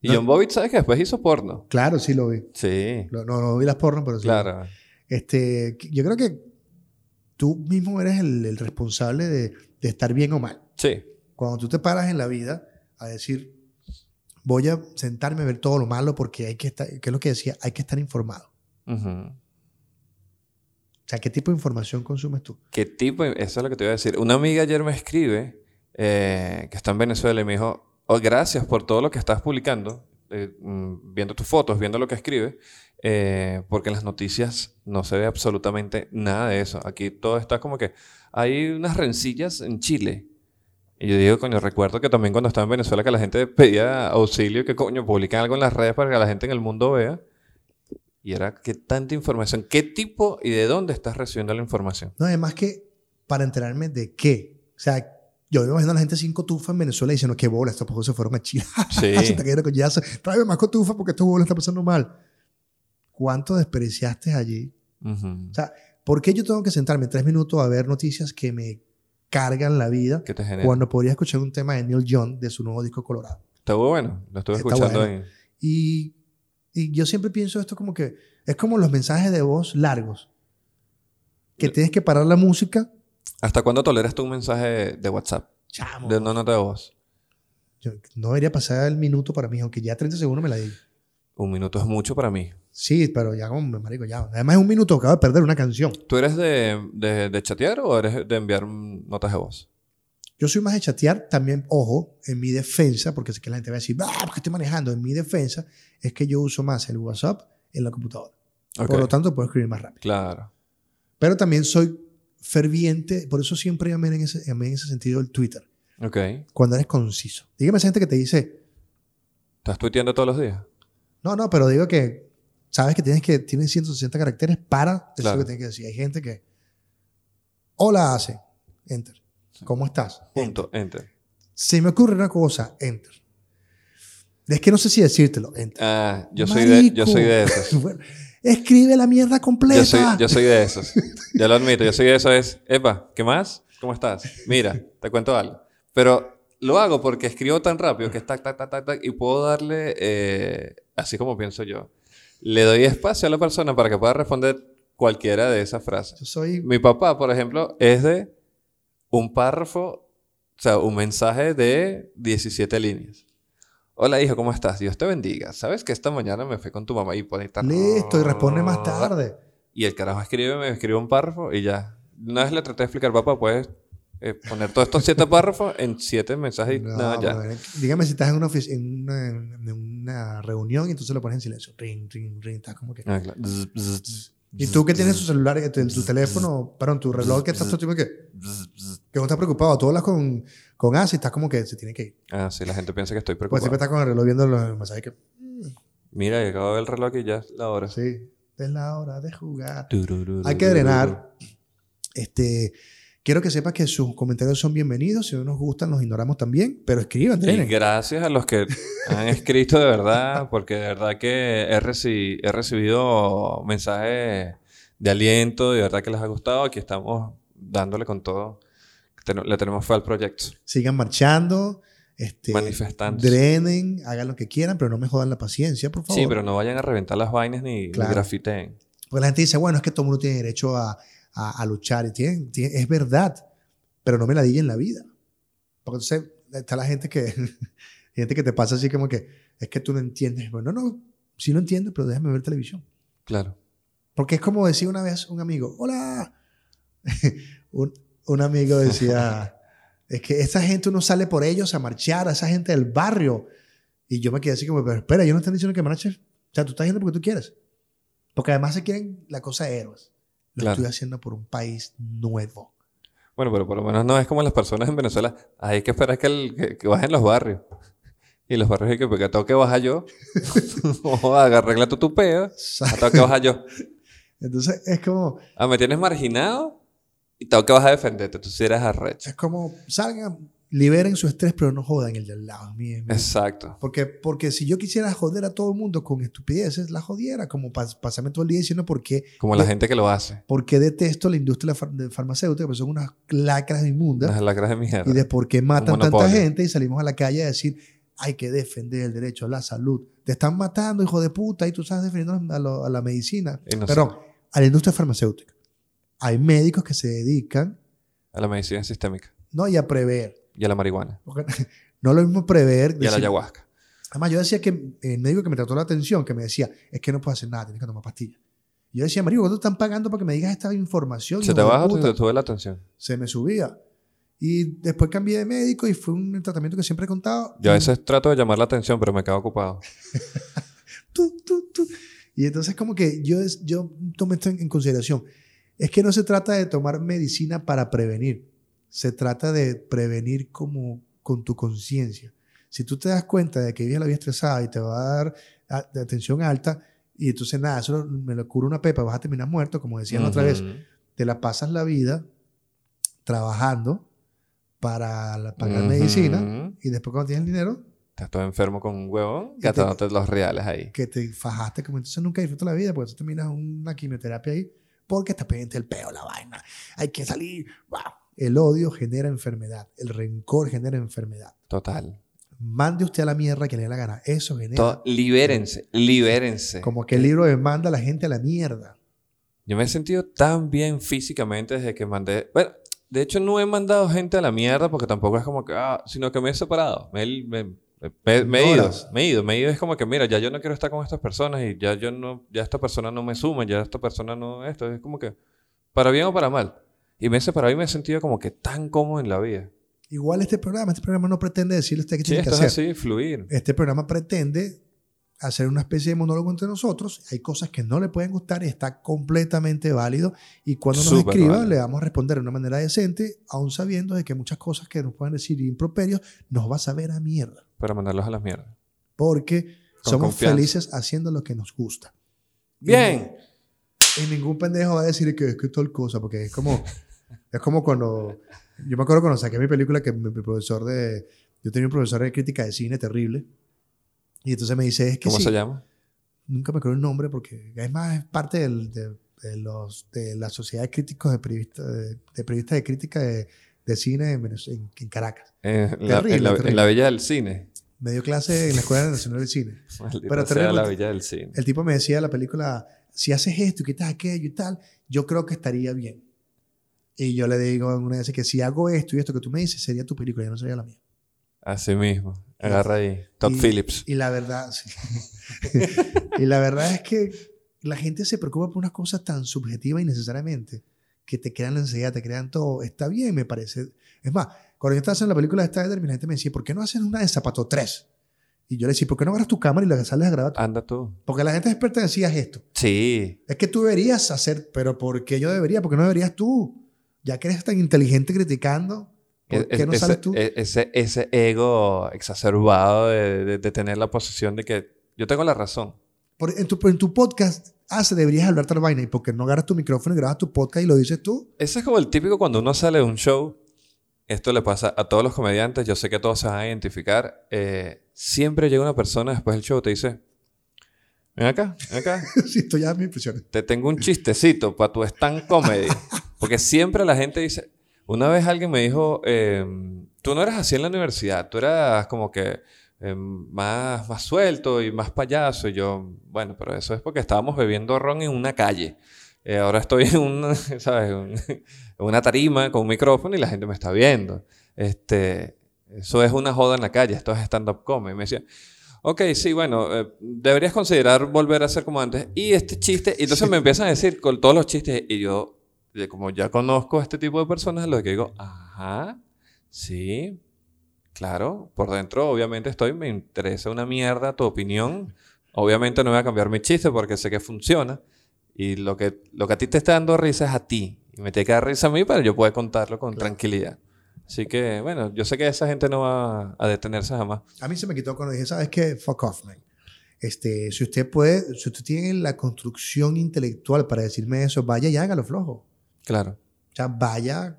[SPEAKER 2] y
[SPEAKER 1] No.
[SPEAKER 2] John Bobbitt, ¿sabes que Después hizo porno.
[SPEAKER 1] Claro, sí lo vi.
[SPEAKER 2] Sí.
[SPEAKER 1] Lo- No, no vi las pornos, pero sí.
[SPEAKER 2] Claro.
[SPEAKER 1] Este, yo creo que tú mismo eres el, el responsable de, de estar bien o mal.
[SPEAKER 2] Sí.
[SPEAKER 1] Cuando tú te paras en la vida a decir, voy a sentarme a ver todo lo malo porque hay que estar, que es lo que decía, hay que estar informado.
[SPEAKER 2] Ujú.
[SPEAKER 1] O sea, ¿qué tipo de información consumes tú?
[SPEAKER 2] ¿Qué tipo? Eso es lo que te iba a decir. Una amiga ayer me escribe eh, que está en Venezuela y me dijo, "Oh, gracias por todo lo que estás publicando, eh, mm, viendo tus fotos, viendo lo que escribes, eh, porque en las noticias no se ve absolutamente nada de eso. Aquí todo está como que hay unas rencillas en Chile. Y yo digo, coño, recuerdo que también cuando estaba en Venezuela que la gente pedía auxilio, que coño, publican algo en las redes para que la gente en el mundo vea. Y era, ¿qué tanta información? ¿Qué tipo y de dónde estás recibiendo la información?
[SPEAKER 1] No, además que para enterarme de qué. O sea, yo me imagino a la gente sin cotufa en Venezuela diciendo, qué bola, estos pocos se fueron a Chile. <laughs>
[SPEAKER 2] Sí,
[SPEAKER 1] se te cayeron coñazo. Tráeme más cotufa porque estos bolas están pasando mal. ¿Cuánto despreciaste allí
[SPEAKER 2] ujú.
[SPEAKER 1] sea, ¿Por qué yo tengo que sentarme tres minutos a ver noticias que me cargan la vida
[SPEAKER 2] ¿Qué te genera?
[SPEAKER 1] cuando podría escuchar un tema de Neil Young de su nuevo disco Colorado?
[SPEAKER 2] Estuvo bueno, lo estuve
[SPEAKER 1] Está
[SPEAKER 2] escuchando
[SPEAKER 1] bueno.
[SPEAKER 2] ahí.
[SPEAKER 1] Y, y yo siempre pienso esto como que es como los mensajes de voz largos. Que tienes que parar la música.
[SPEAKER 2] ¿Hasta cuándo toleras tú un mensaje de WhatsApp?
[SPEAKER 1] Chamo.
[SPEAKER 2] De una nota de voz.
[SPEAKER 1] yo- no debería pasar el minuto para mí, aunque ya 30 segundos me la di.
[SPEAKER 2] Un minuto es mucho para mí.
[SPEAKER 1] Sí, pero ya como me marico, ya. Además es un minuto, acabo de perder una canción.
[SPEAKER 2] ¿Tú eres de, de- de chatear o eres de enviar mm, notas de voz?
[SPEAKER 1] Yo soy más de chatear también, ojo, en mi defensa, porque sé que la gente va a decir, "Bah, ¿por qué estoy manejando? En mi defensa es que yo uso más el WhatsApp en la computadora.
[SPEAKER 2] Ok,
[SPEAKER 1] Por lo tanto, puedo escribir más rápido.
[SPEAKER 2] Claro.
[SPEAKER 1] Pero también soy ferviente, por eso siempre amé en ese, amé en ese sentido el Twitter,
[SPEAKER 2] Ok.
[SPEAKER 1] cuando eres conciso. Dígame esa gente que te dice,
[SPEAKER 2] ¿Estás tuiteando todos los días?
[SPEAKER 1] no, no, pero digo que sabes que tienes que, tienen 160 caracteres para decir
[SPEAKER 2] Claro.
[SPEAKER 1] lo que tienes que decir. Hay gente que, hola, hace, enter. ¿Cómo estás?
[SPEAKER 2] Punto. Enter.
[SPEAKER 1] Se me ocurre una cosa, enter. Es que no sé si decírtelo, enter. <laughs>
[SPEAKER 2] Ah, yo soy, de, yo soy de esos.
[SPEAKER 1] Bueno, escribe la mierda completa.
[SPEAKER 2] Yo soy, yo soy de esos. Ya lo admito, yo soy de esos. Es, epa, ¿qué más? ¿Cómo estás? Mira, te cuento algo. Pero lo hago porque escribo tan rápido que es tac, tac, tac, tac, tac, y puedo darle, eh, así como pienso yo, le doy espacio a la persona para que pueda responder cualquiera de esas frases.
[SPEAKER 1] Yo
[SPEAKER 2] <laughs>
[SPEAKER 1] soy-
[SPEAKER 2] Mi papá, por ejemplo, es de un párrafo, o sea, un mensaje de 17 líneas. Hola hijo, ¿cómo estás? Dios te bendiga. ¿Sabes que esta mañana me fui con tu mamá y por ahí está-
[SPEAKER 1] listo y responde más tarde.
[SPEAKER 2] y el carajo escribe, me escribe un párrafo y ya. Una vez le traté de explicar, papá, puedes eh, poner todos estos siete párrafos en siete mensajes y
[SPEAKER 1] No,
[SPEAKER 2] nada, ya.
[SPEAKER 1] bueno, dígame si estás en una, ofici- en una, en una reunión y entonces lo pones en silencio. Ring, ring, ring. Estás como que.
[SPEAKER 2] Ah, claro. Zzz, zzz,
[SPEAKER 1] Y
[SPEAKER 2] zzz,
[SPEAKER 1] tú que tienes tu
[SPEAKER 2] zzz,
[SPEAKER 1] celular, que tu, tu teléfono, perdón, tu reloj que estás todo el tiempo que,
[SPEAKER 2] zzz, zzz.
[SPEAKER 1] que no estás preocupado. Tú hablas con, con Asi, estás como que se tiene que ir.
[SPEAKER 2] Ah, sí, la gente piensa que estoy
[SPEAKER 1] Pues
[SPEAKER 2] preocupado.
[SPEAKER 1] siempre estás con el reloj viendo los mensajes que.
[SPEAKER 2] Mira, yo acabo de ver el reloj y ya es la hora.
[SPEAKER 1] Sí, es la hora de jugar.
[SPEAKER 2] Turururu.
[SPEAKER 1] Hay que drenar. Este, quiero que sepas que sus comentarios son bienvenidos. Si no nos gustan, los ignoramos también. Pero escriban,
[SPEAKER 2] Y
[SPEAKER 1] drenen.
[SPEAKER 2] gracias a los que han escrito de verdad, porque de verdad que he, reci- he recibido mensajes de aliento, de verdad que les ha gustado. Aquí estamos dándole con todo. Ten- le tenemos fe al proyecto.
[SPEAKER 1] Sigan marchando. Este,
[SPEAKER 2] Manifestantes.
[SPEAKER 1] Drenen, hagan lo que quieran, pero no me jodan la paciencia, por favor.
[SPEAKER 2] Sí, pero no vayan a reventar las vainas ni, ni
[SPEAKER 1] Claro.
[SPEAKER 2] grafiteen.
[SPEAKER 1] Porque la gente dice, bueno, es que todo el mundo tiene derecho a, a- a luchar. Y tienen- tienen- es verdad, pero no me la digan en la vida. Porque entonces está la gente que, <laughs> gente que te pasa así como que, es que tú no entiendes. Bueno, no, sí lo entiendo, pero déjame ver televisión.
[SPEAKER 2] Claro.
[SPEAKER 1] Porque es como decía una vez un amigo, hola. <laughs> un, un amigo decía, es que esa gente uno sale por ellos a marchar, a esa gente del barrio. Y yo me quedé así como, pero espera, yo no estoy diciendo que marches. O sea, tú estás yendo porque tú quieres. Porque además se quieren la cosa de héroes. Lo
[SPEAKER 2] Claro.
[SPEAKER 1] estoy haciendo por un país nuevo. <laughs>
[SPEAKER 2] Bueno, pero por lo menos no es como las personas en Venezuela. Hay que esperar que, el- que, que bajen los barrios. Y los barrios hay que, porque tengo que bajar yo. <laughs> Joda, arregla tú tu peo. Ah, Tengo que bajar yo.
[SPEAKER 1] Entonces es como,
[SPEAKER 2] Ah, me tienes marginado y tengo que bajar a defenderte. Tú sí eres arrecho.
[SPEAKER 1] es como, salgan, liberen su estrés, pero no jodan el de al lado. mi- mi-
[SPEAKER 2] Exacto.
[SPEAKER 1] Porque, porque si yo quisiera joder a todo el mundo con estupideces, la jodiera, como pas- pasarme todo el día diciendo por qué,
[SPEAKER 2] Como la gente que lo hace.
[SPEAKER 1] por qué detesto la industria far- de farmacéutica, porque son unas lacras inmundas,
[SPEAKER 2] Las lacras de mierda.
[SPEAKER 1] y de por qué matan
[SPEAKER 2] Un
[SPEAKER 1] tanta
[SPEAKER 2] monopolio.
[SPEAKER 1] gente y salimos a la calle a decir, hay que defender el derecho a la salud. Te están matando, hijo de puta, y tú estás defendiendo a, lo- a la medicina.
[SPEAKER 2] Y no sé,
[SPEAKER 1] Perdón, a la industria farmacéutica. Hay médicos que se dedican,
[SPEAKER 2] a la medicina sistémica.
[SPEAKER 1] no, y a prever.
[SPEAKER 2] Y a la marihuana.
[SPEAKER 1] Porque <laughs> no es lo mismo prever.
[SPEAKER 2] Y a la
[SPEAKER 1] decir-
[SPEAKER 2] ayahuasca.
[SPEAKER 1] Además, yo decía que eh, el médico que me trató la atención, que me decía, es que no puedo hacer nada, tienes que tomar pastillas. Y Yo decía, Mario, ¿cuánto están pagando para que me digas esta información?
[SPEAKER 2] Se
[SPEAKER 1] hijo
[SPEAKER 2] te
[SPEAKER 1] de
[SPEAKER 2] baja o
[SPEAKER 1] puta?".
[SPEAKER 2] te sube la atención.
[SPEAKER 1] Se me subía. Y después cambié de médico y fue un tratamiento que siempre he contado.
[SPEAKER 2] Yo a veces trato de llamar la atención, pero me quedo ocupado.
[SPEAKER 1] Tu, tu, tu. Y entonces como que yo, es- yo tomé esto en, en consideración. Es que no se trata de tomar medicina para prevenir. Se trata de prevenir como con tu conciencia. Si tú te das cuenta de que vives la vida estresada y te va a dar a- de atención alta y entonces nada, eso lo- me lo cura una pepa, vas a terminar muerto, como decían la otra vez,
[SPEAKER 2] Ujú.
[SPEAKER 1] te la pasas la vida trabajando para la- pagar
[SPEAKER 2] Ujú.
[SPEAKER 1] medicina y después cuando tienes el dinero,
[SPEAKER 2] Estás todo enfermo con un huevón
[SPEAKER 1] te-
[SPEAKER 2] gastándote los reales ahí.
[SPEAKER 1] que te fajaste, como entonces nunca disfrutas la vida, porque tú terminas una quimioterapia ahí, porque está pendiente el peo, la vaina. Hay que salir. ¡Wow! El odio genera enfermedad, el rencor genera enfermedad.
[SPEAKER 2] Total.
[SPEAKER 1] Mande usted a la mierda que le dé la gana. Eso genera.
[SPEAKER 2] To- eh, libérense, libérense.
[SPEAKER 1] como aquel libro de manda a la gente a la mierda.
[SPEAKER 2] Yo me he sentido tan bien físicamente desde que mandé. Bueno, de hecho, no he mandado gente a la mierda porque tampoco es como que. Ah, sino que me he separado. Me, he- me- me- me he ido.
[SPEAKER 1] Ignoras.
[SPEAKER 2] Me he ido. Me he ido. Es como que, mira, ya yo no quiero estar con estas personas y ya yo no. Ya esta persona no me suma, ya esta persona no. Esto es como que. Para bien o para mal. Y me he separado y me he sentido como que tan cómodo en la vida.
[SPEAKER 1] Igual este programa, este programa no pretende decirle a usted qué
[SPEAKER 2] Sí,
[SPEAKER 1] tiene que
[SPEAKER 2] esto es
[SPEAKER 1] hacer.
[SPEAKER 2] así, fluir.
[SPEAKER 1] Este programa pretende hacer una especie de monólogo entre nosotros. Hay cosas que no le pueden gustar y está completamente válido. Y cuando nos
[SPEAKER 2] Súper
[SPEAKER 1] escriba,
[SPEAKER 2] válido.
[SPEAKER 1] le vamos a responder de una manera decente, aún sabiendo de que muchas cosas que nos pueden decir improperios nos va a saber a mierda.
[SPEAKER 2] Para mandarlos a las mierdas.
[SPEAKER 1] Porque
[SPEAKER 2] Con
[SPEAKER 1] somos
[SPEAKER 2] confianza.
[SPEAKER 1] felices haciendo lo que nos gusta.
[SPEAKER 2] Bien.
[SPEAKER 1] Y ningún pendejo va a decir que es que tal cosa, porque es como, es como cuando, yo me acuerdo cuando saqué mi película que mi, mi profesor de, yo tenía un profesor de crítica de cine terrible, y entonces me dice, es que
[SPEAKER 2] ¿Cómo
[SPEAKER 1] sí,
[SPEAKER 2] se llama?
[SPEAKER 1] nunca me acuerdo el nombre, porque es más, es parte del- de, de los, de la sociedad de críticos de periodistas de, de periodistas de crítica de, de cine en, Venez- en- en Caracas.
[SPEAKER 2] Eh, la-
[SPEAKER 1] Terrible,
[SPEAKER 2] en, la,
[SPEAKER 1] terrible.
[SPEAKER 2] en la Villa del Cine.
[SPEAKER 1] Me dio clase en la Escuela Nacional de Cine.
[SPEAKER 2] Maldita
[SPEAKER 1] Pero
[SPEAKER 2] sea
[SPEAKER 1] terrible.
[SPEAKER 2] la Villa del Cine.
[SPEAKER 1] El tipo me decía de la película, si haces esto y quitas aquello y tal, yo creo que estaría bien. Y yo le digo una vez que si hago esto y esto que tú me dices, sería tu película, ya no sería la mía.
[SPEAKER 2] Así mismo. Agarra ahí. Todd
[SPEAKER 1] Y-
[SPEAKER 2] Phillips.
[SPEAKER 1] Y la verdad, <laughs> sí. y la verdad es que la gente se preocupa por unas cosas tan subjetivas innecesariamente que te crean la ansiedad, te crean todo. Está bien, me parece. Es más, cuando yo estaba haciendo la película de Snyder, la gente me decía, ¿por qué no haces una de Zapato 3? Y yo le decía, ¿por qué no agarras tu cámara y la sales a grabar? tú?".
[SPEAKER 2] Anda tú.
[SPEAKER 1] Porque la gente experta decía esto.
[SPEAKER 2] Sí.
[SPEAKER 1] Es que tú deberías hacer, pero ¿por qué yo debería? ¿Por qué no deberías tú? Ya que eres tan inteligente criticando, ¿por
[SPEAKER 2] E-
[SPEAKER 1] qué no
[SPEAKER 2] ese-
[SPEAKER 1] sales tú?
[SPEAKER 2] e- Ese, ese ego exacerbado de, de- de tener la posición de que yo tengo la razón.
[SPEAKER 1] Por- en, tu, en tu podcast, hace, deberías hablar tal vaina. ¿Y por qué no agarras tu micrófono y grabas tu podcast y lo dices tú? <laughs>
[SPEAKER 2] Ese es como el típico cuando uno sale de un show. Esto le pasa a todos los comediantes. Yo sé que todos se van a identificar. Eh, siempre llega una persona después del show y te dice: Ven acá, ven acá.
[SPEAKER 1] sí, esto ya es mi impresión.
[SPEAKER 2] te tengo un chistecito para tu stand comedy. Porque siempre la gente dice, una vez alguien me dijo, em, tú no eras así en la universidad, tú eras como que em, más, más suelto y más payaso. Y yo, bueno, pero eso es porque estábamos bebiendo ron en una calle. Eh, ahora estoy en <laughs> una, ¿sabes? Un- en una tarima con un micrófono y la gente me está viendo. Este, Eso es una joda en la calle, esto es stand-up comedy. Me decía, ok, sí, bueno, eh, deberías considerar volver a hacer como antes. Y este chiste, y entonces me empiezan a decir con todos los chistes, y yo, eh, como ya conozco a este tipo de personas, lo que digo, ajá, sí, claro, por dentro obviamente estoy, me interesa una mierda tu opinión. Obviamente no voy a cambiar mi chiste porque sé que funciona. Y lo que, lo que a ti te está dando risa es a ti. Y me tiene que dar risa a mí para yo poder contarlo con tranquilidad. Así que, bueno, yo sé que esa gente no va a detenerse jamás.
[SPEAKER 1] A mí se me quitó cuando dije, ¿sabes qué? Fuck off, man. Este, si usted puede, si usted tiene la construcción intelectual para decirme eso, vaya y hágalo flojo.
[SPEAKER 2] Claro.
[SPEAKER 1] O sea, vaya.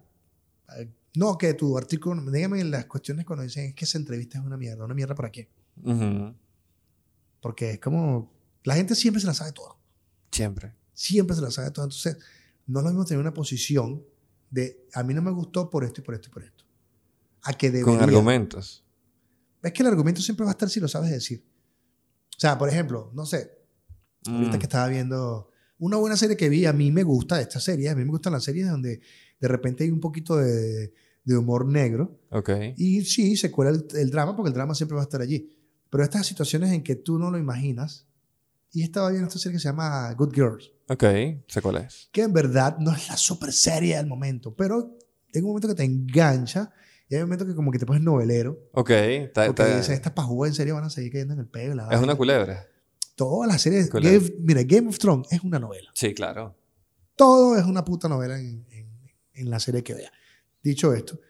[SPEAKER 1] eh, No, que tu artículo, dígame las cuestiones cuando dicen es que esa entrevista es una mierda, una mierda para qué. Mm,
[SPEAKER 2] Ujú.
[SPEAKER 1] Porque es como, la gente siempre se la sabe toda.
[SPEAKER 2] Siempre.
[SPEAKER 1] Siempre se la sabe toda. Entonces, no es lo mismo tener una posición de, a mí no me gustó por esto y por esto y por esto. A que
[SPEAKER 2] Con
[SPEAKER 1] debería.
[SPEAKER 2] argumentos.
[SPEAKER 1] Es que el argumento siempre va a estar si lo sabes decir. O sea, por ejemplo, no sé, Ahorita
[SPEAKER 2] Mm.
[SPEAKER 1] que estaba viendo una buena serie que vi, a mí me gusta esta serie, a mí me gustan las series donde de repente hay un poquito de, de humor negro
[SPEAKER 2] Ok.
[SPEAKER 1] y sí, se cuela el, el drama porque el drama siempre va a estar allí. Pero estas situaciones en que tú no lo imaginas, y estaba viendo esta serie que se llama Good Girls,
[SPEAKER 2] Ok. Sé cuál es.
[SPEAKER 1] que en verdad no es la super serie del momento, pero hay un momento que te engancha y hay un momento que como que te pones novelero.
[SPEAKER 2] Ok. está-
[SPEAKER 1] Porque
[SPEAKER 2] está-
[SPEAKER 1] dices, estas pajugas en serio van a seguir cayendo en el pego. la
[SPEAKER 2] es
[SPEAKER 1] vaina".
[SPEAKER 2] una culebra.
[SPEAKER 1] Todas las series...
[SPEAKER 2] Culebra.
[SPEAKER 1] Game- mira, Game of Thrones es una novela.
[SPEAKER 2] Sí, claro.
[SPEAKER 1] todo es una puta novela en, en- en la serie que vea. Dicho esto,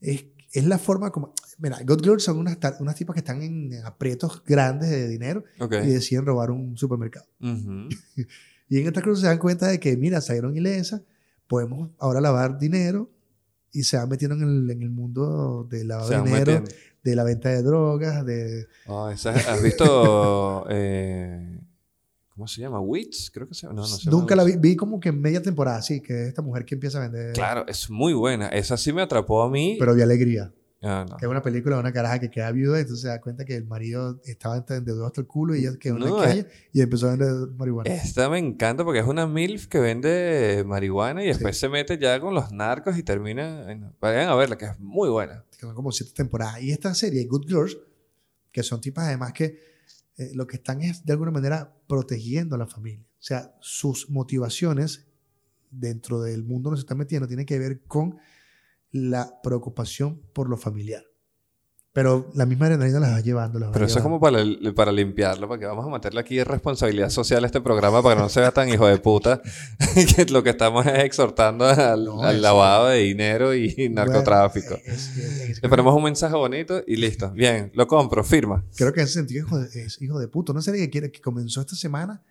[SPEAKER 1] es, es la forma como... Mira, God Girls son unas, tar- unas tipas que están en aprietos grandes de dinero
[SPEAKER 2] Ok.
[SPEAKER 1] y deciden robar un supermercado.
[SPEAKER 2] Ujú.
[SPEAKER 1] Y en esta cruz se dan cuenta de que, mira, salieron ilesas, podemos ahora lavar dinero y se van metiendo en el, en el mundo del lavado
[SPEAKER 2] Se
[SPEAKER 1] de
[SPEAKER 2] van
[SPEAKER 1] dinero,
[SPEAKER 2] metiendo.
[SPEAKER 1] de la venta de drogas, de...
[SPEAKER 2] Ah, esa- ¿Has visto... <laughs> eh, ¿Cómo se llama? ¿Wits? Creo que se llama. No, no se llama
[SPEAKER 1] Nunca la
[SPEAKER 2] Wits.
[SPEAKER 1] vi, vi como que en media temporada, sí, que es esta mujer que empieza a vender...
[SPEAKER 2] Claro, es muy buena. Esa sí me atrapó a mí.
[SPEAKER 1] Pero vi alegría.
[SPEAKER 2] Ah, no.
[SPEAKER 1] que es una película de una caraja que queda viuda y entonces se da cuenta que el marido estaba endeudado hasta el culo y ella quedó en
[SPEAKER 2] No, eh.
[SPEAKER 1] la calle y empezó a vender marihuana.
[SPEAKER 2] Esta me encanta porque es una MILF que vende marihuana y después se mete ya con los narcos y termina. ay, no. Vayan a verla, que es muy buena.
[SPEAKER 1] que son como siete temporadas. Y esta serie, Good Girls, que son tipas además que eh, lo que están es de alguna manera protegiendo a la familia. O sea, sus motivaciones dentro del mundo donde se están metiendo tienen que ver con la preocupación por lo familiar. Pero la misma adrenalina las va llevando. Las va
[SPEAKER 2] Pero eso es
[SPEAKER 1] llevando.
[SPEAKER 2] como para, el- para limpiarlo, porque vamos a meterle aquí responsabilidad social a este programa para que no se vea tan hijo de puta. <laughs> que lo que estamos es exhortando al,
[SPEAKER 1] No,
[SPEAKER 2] al
[SPEAKER 1] eso-
[SPEAKER 2] lavado de dinero y <laughs>
[SPEAKER 1] Bueno,
[SPEAKER 2] narcotráfico.
[SPEAKER 1] es- es- es-
[SPEAKER 2] Le ponemos un mensaje bonito y listo. Bien, lo compro, firma.
[SPEAKER 1] Creo que en ese sentido hijo de- es hijo de puto. Una serie que, quiere, que comenzó esta semana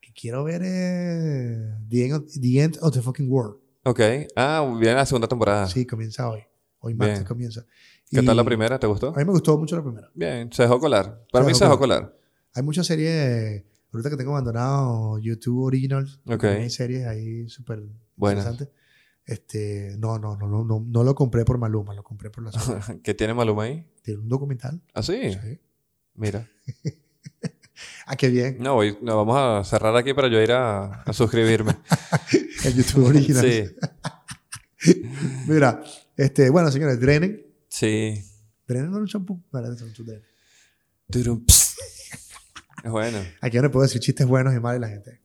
[SPEAKER 1] que quiero ver eh, the, end of, The End of the Fucking World.
[SPEAKER 2] Ok. Ah, viene la segunda temporada.
[SPEAKER 1] Sí, comienza hoy. Hoy
[SPEAKER 2] Bien.
[SPEAKER 1] martes comienza.
[SPEAKER 2] ¿Qué
[SPEAKER 1] Y
[SPEAKER 2] tal la primera? ¿Te gustó?
[SPEAKER 1] A mí me gustó mucho la primera.
[SPEAKER 2] Bien, se dejó colar. Para
[SPEAKER 1] Se
[SPEAKER 2] mí
[SPEAKER 1] dejó
[SPEAKER 2] se dejó colar.
[SPEAKER 1] Hay muchas series, ahorita que tengo abandonado YouTube Originals.
[SPEAKER 2] Ok.
[SPEAKER 1] también Hay series ahí súper
[SPEAKER 2] Buenas.
[SPEAKER 1] interesantes. Este, no, no, no, no, no, no lo compré por Maluma, lo compré por la
[SPEAKER 2] <laughs>
[SPEAKER 1] serie.
[SPEAKER 2] ¿Qué tiene Maluma ahí?
[SPEAKER 1] Tiene un documental.
[SPEAKER 2] ¿Ah, sí?
[SPEAKER 1] Sí.
[SPEAKER 2] Mira.
[SPEAKER 1] Ah, qué bien.
[SPEAKER 2] No, voy- no, vamos a cerrar aquí para yo ir a,
[SPEAKER 1] <laughs>
[SPEAKER 2] a suscribirme.
[SPEAKER 1] El YouTube Originals.
[SPEAKER 2] sí,
[SPEAKER 1] <laughs> Mira, este, bueno, señores, drenen.
[SPEAKER 2] sí.
[SPEAKER 1] Drenen no un champú. Vale, son sus drenen.
[SPEAKER 2] Turum, ps. Es bueno.
[SPEAKER 1] Aquí yo no puedo decir chistes buenos y malos y la gente.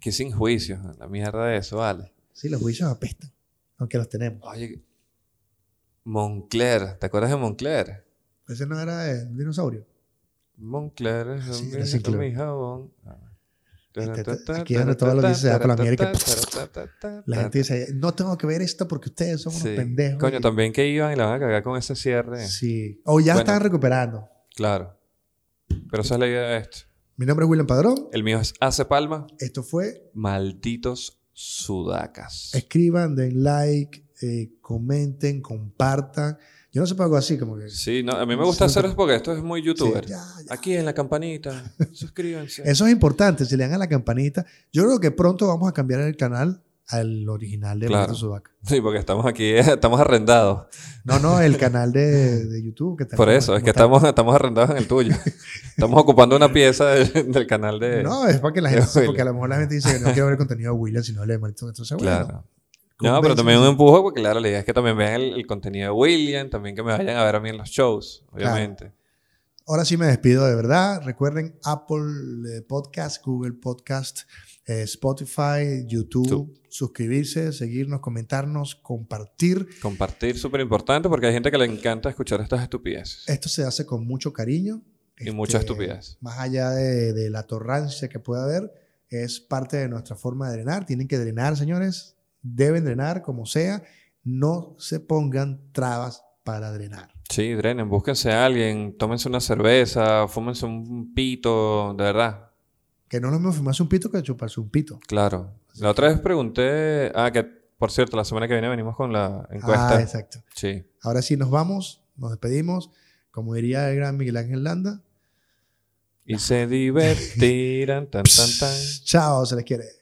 [SPEAKER 2] Que sin juicio. La mierda de eso, vale.
[SPEAKER 1] Sí, los juicios apestan, aunque los tenemos.
[SPEAKER 2] Oye, Moncler. ¿Te acuerdas de Moncler?
[SPEAKER 1] Ese no era el dinosaurio.
[SPEAKER 2] Moncler es
[SPEAKER 1] Sí,
[SPEAKER 2] un
[SPEAKER 1] era
[SPEAKER 2] viejo
[SPEAKER 1] Sinclair.
[SPEAKER 2] mi jabón.
[SPEAKER 1] Este, este, aquí es donde todo lo dice, se da con la mierda que- La gente dice, no tengo que ver esto porque ustedes son unos
[SPEAKER 2] Sí.
[SPEAKER 1] pendejos.
[SPEAKER 2] Coño,
[SPEAKER 1] Y-
[SPEAKER 2] también que iban y la van a cagar con ese cierre.
[SPEAKER 1] Sí. O ya
[SPEAKER 2] Bueno.
[SPEAKER 1] están recuperando.
[SPEAKER 2] Claro. Pero esa es la idea de esto.
[SPEAKER 1] Mi nombre es William Padrón.
[SPEAKER 2] El mío es Hace Palma.
[SPEAKER 1] Esto fue
[SPEAKER 2] Malditos sudacas.
[SPEAKER 1] escriban, den like, eh, comenten, compartan. Yo no sé algo así como que.
[SPEAKER 2] Sí, no, a mí me gusta
[SPEAKER 1] Sí,
[SPEAKER 2] hacer eso porque esto es muy youtuber.
[SPEAKER 1] Sí, ya, ya.
[SPEAKER 2] Aquí en la campanita, suscríbanse.
[SPEAKER 1] Eso es importante, si le dan a la campanita. Yo creo que pronto vamos a cambiar el canal al original de
[SPEAKER 2] Claro.
[SPEAKER 1] Marta Subaca.
[SPEAKER 2] Sí, porque estamos aquí, <laughs> estamos arrendados.
[SPEAKER 1] No, no,
[SPEAKER 2] <laughs>
[SPEAKER 1] el canal de, de YouTube. Que tenemos,
[SPEAKER 2] Por eso, es
[SPEAKER 1] como
[SPEAKER 2] que
[SPEAKER 1] tal.
[SPEAKER 2] estamos, estamos arrendados en el tuyo. Estamos ocupando una pieza del, del canal de...
[SPEAKER 1] No, es para que la
[SPEAKER 2] de <laughs>
[SPEAKER 1] gente,
[SPEAKER 2] William.
[SPEAKER 1] porque a lo mejor la gente dice que no quiero ver el contenido de William, sino el de Marito. Entonces, bueno,
[SPEAKER 2] claro. No, pero también un empuje, porque claro, la idea es que también vean el, el contenido de William, también que me vayan a ver a mí en los shows, obviamente.
[SPEAKER 1] Ahora sí me despido de verdad. Recuerden Apple eh, Podcast, Google Podcast, eh, Spotify, YouTube,
[SPEAKER 2] Tú.
[SPEAKER 1] suscribirse, seguirnos, comentarnos, compartir.
[SPEAKER 2] Compartir, súper importante, porque hay gente que le encanta escuchar estas estupideces.
[SPEAKER 1] Esto se hace con mucho cariño. Este,
[SPEAKER 2] Y mucha estupidez.
[SPEAKER 1] Más allá de, de la torrancia que pueda haber, es parte de nuestra forma de drenar. Tienen que drenar, señores. Deben drenar como sea. No se pongan trabas para drenar.
[SPEAKER 2] Sí, drenen, búsquense a alguien, tómense una cerveza, fúmense un pito, de verdad.
[SPEAKER 1] Que no lo mismo fumarse un pito que chuparse un pito.
[SPEAKER 2] Claro. La otra vez pregunté, ah, que por cierto, la semana que viene venimos con la encuesta.
[SPEAKER 1] Ah, exacto.
[SPEAKER 2] Sí.
[SPEAKER 1] Ahora sí nos vamos, nos despedimos. Como diría el gran Miguel Ángel Landa.
[SPEAKER 2] Y se divertirán, tan, tan, tan.
[SPEAKER 1] Chao, se les quiere.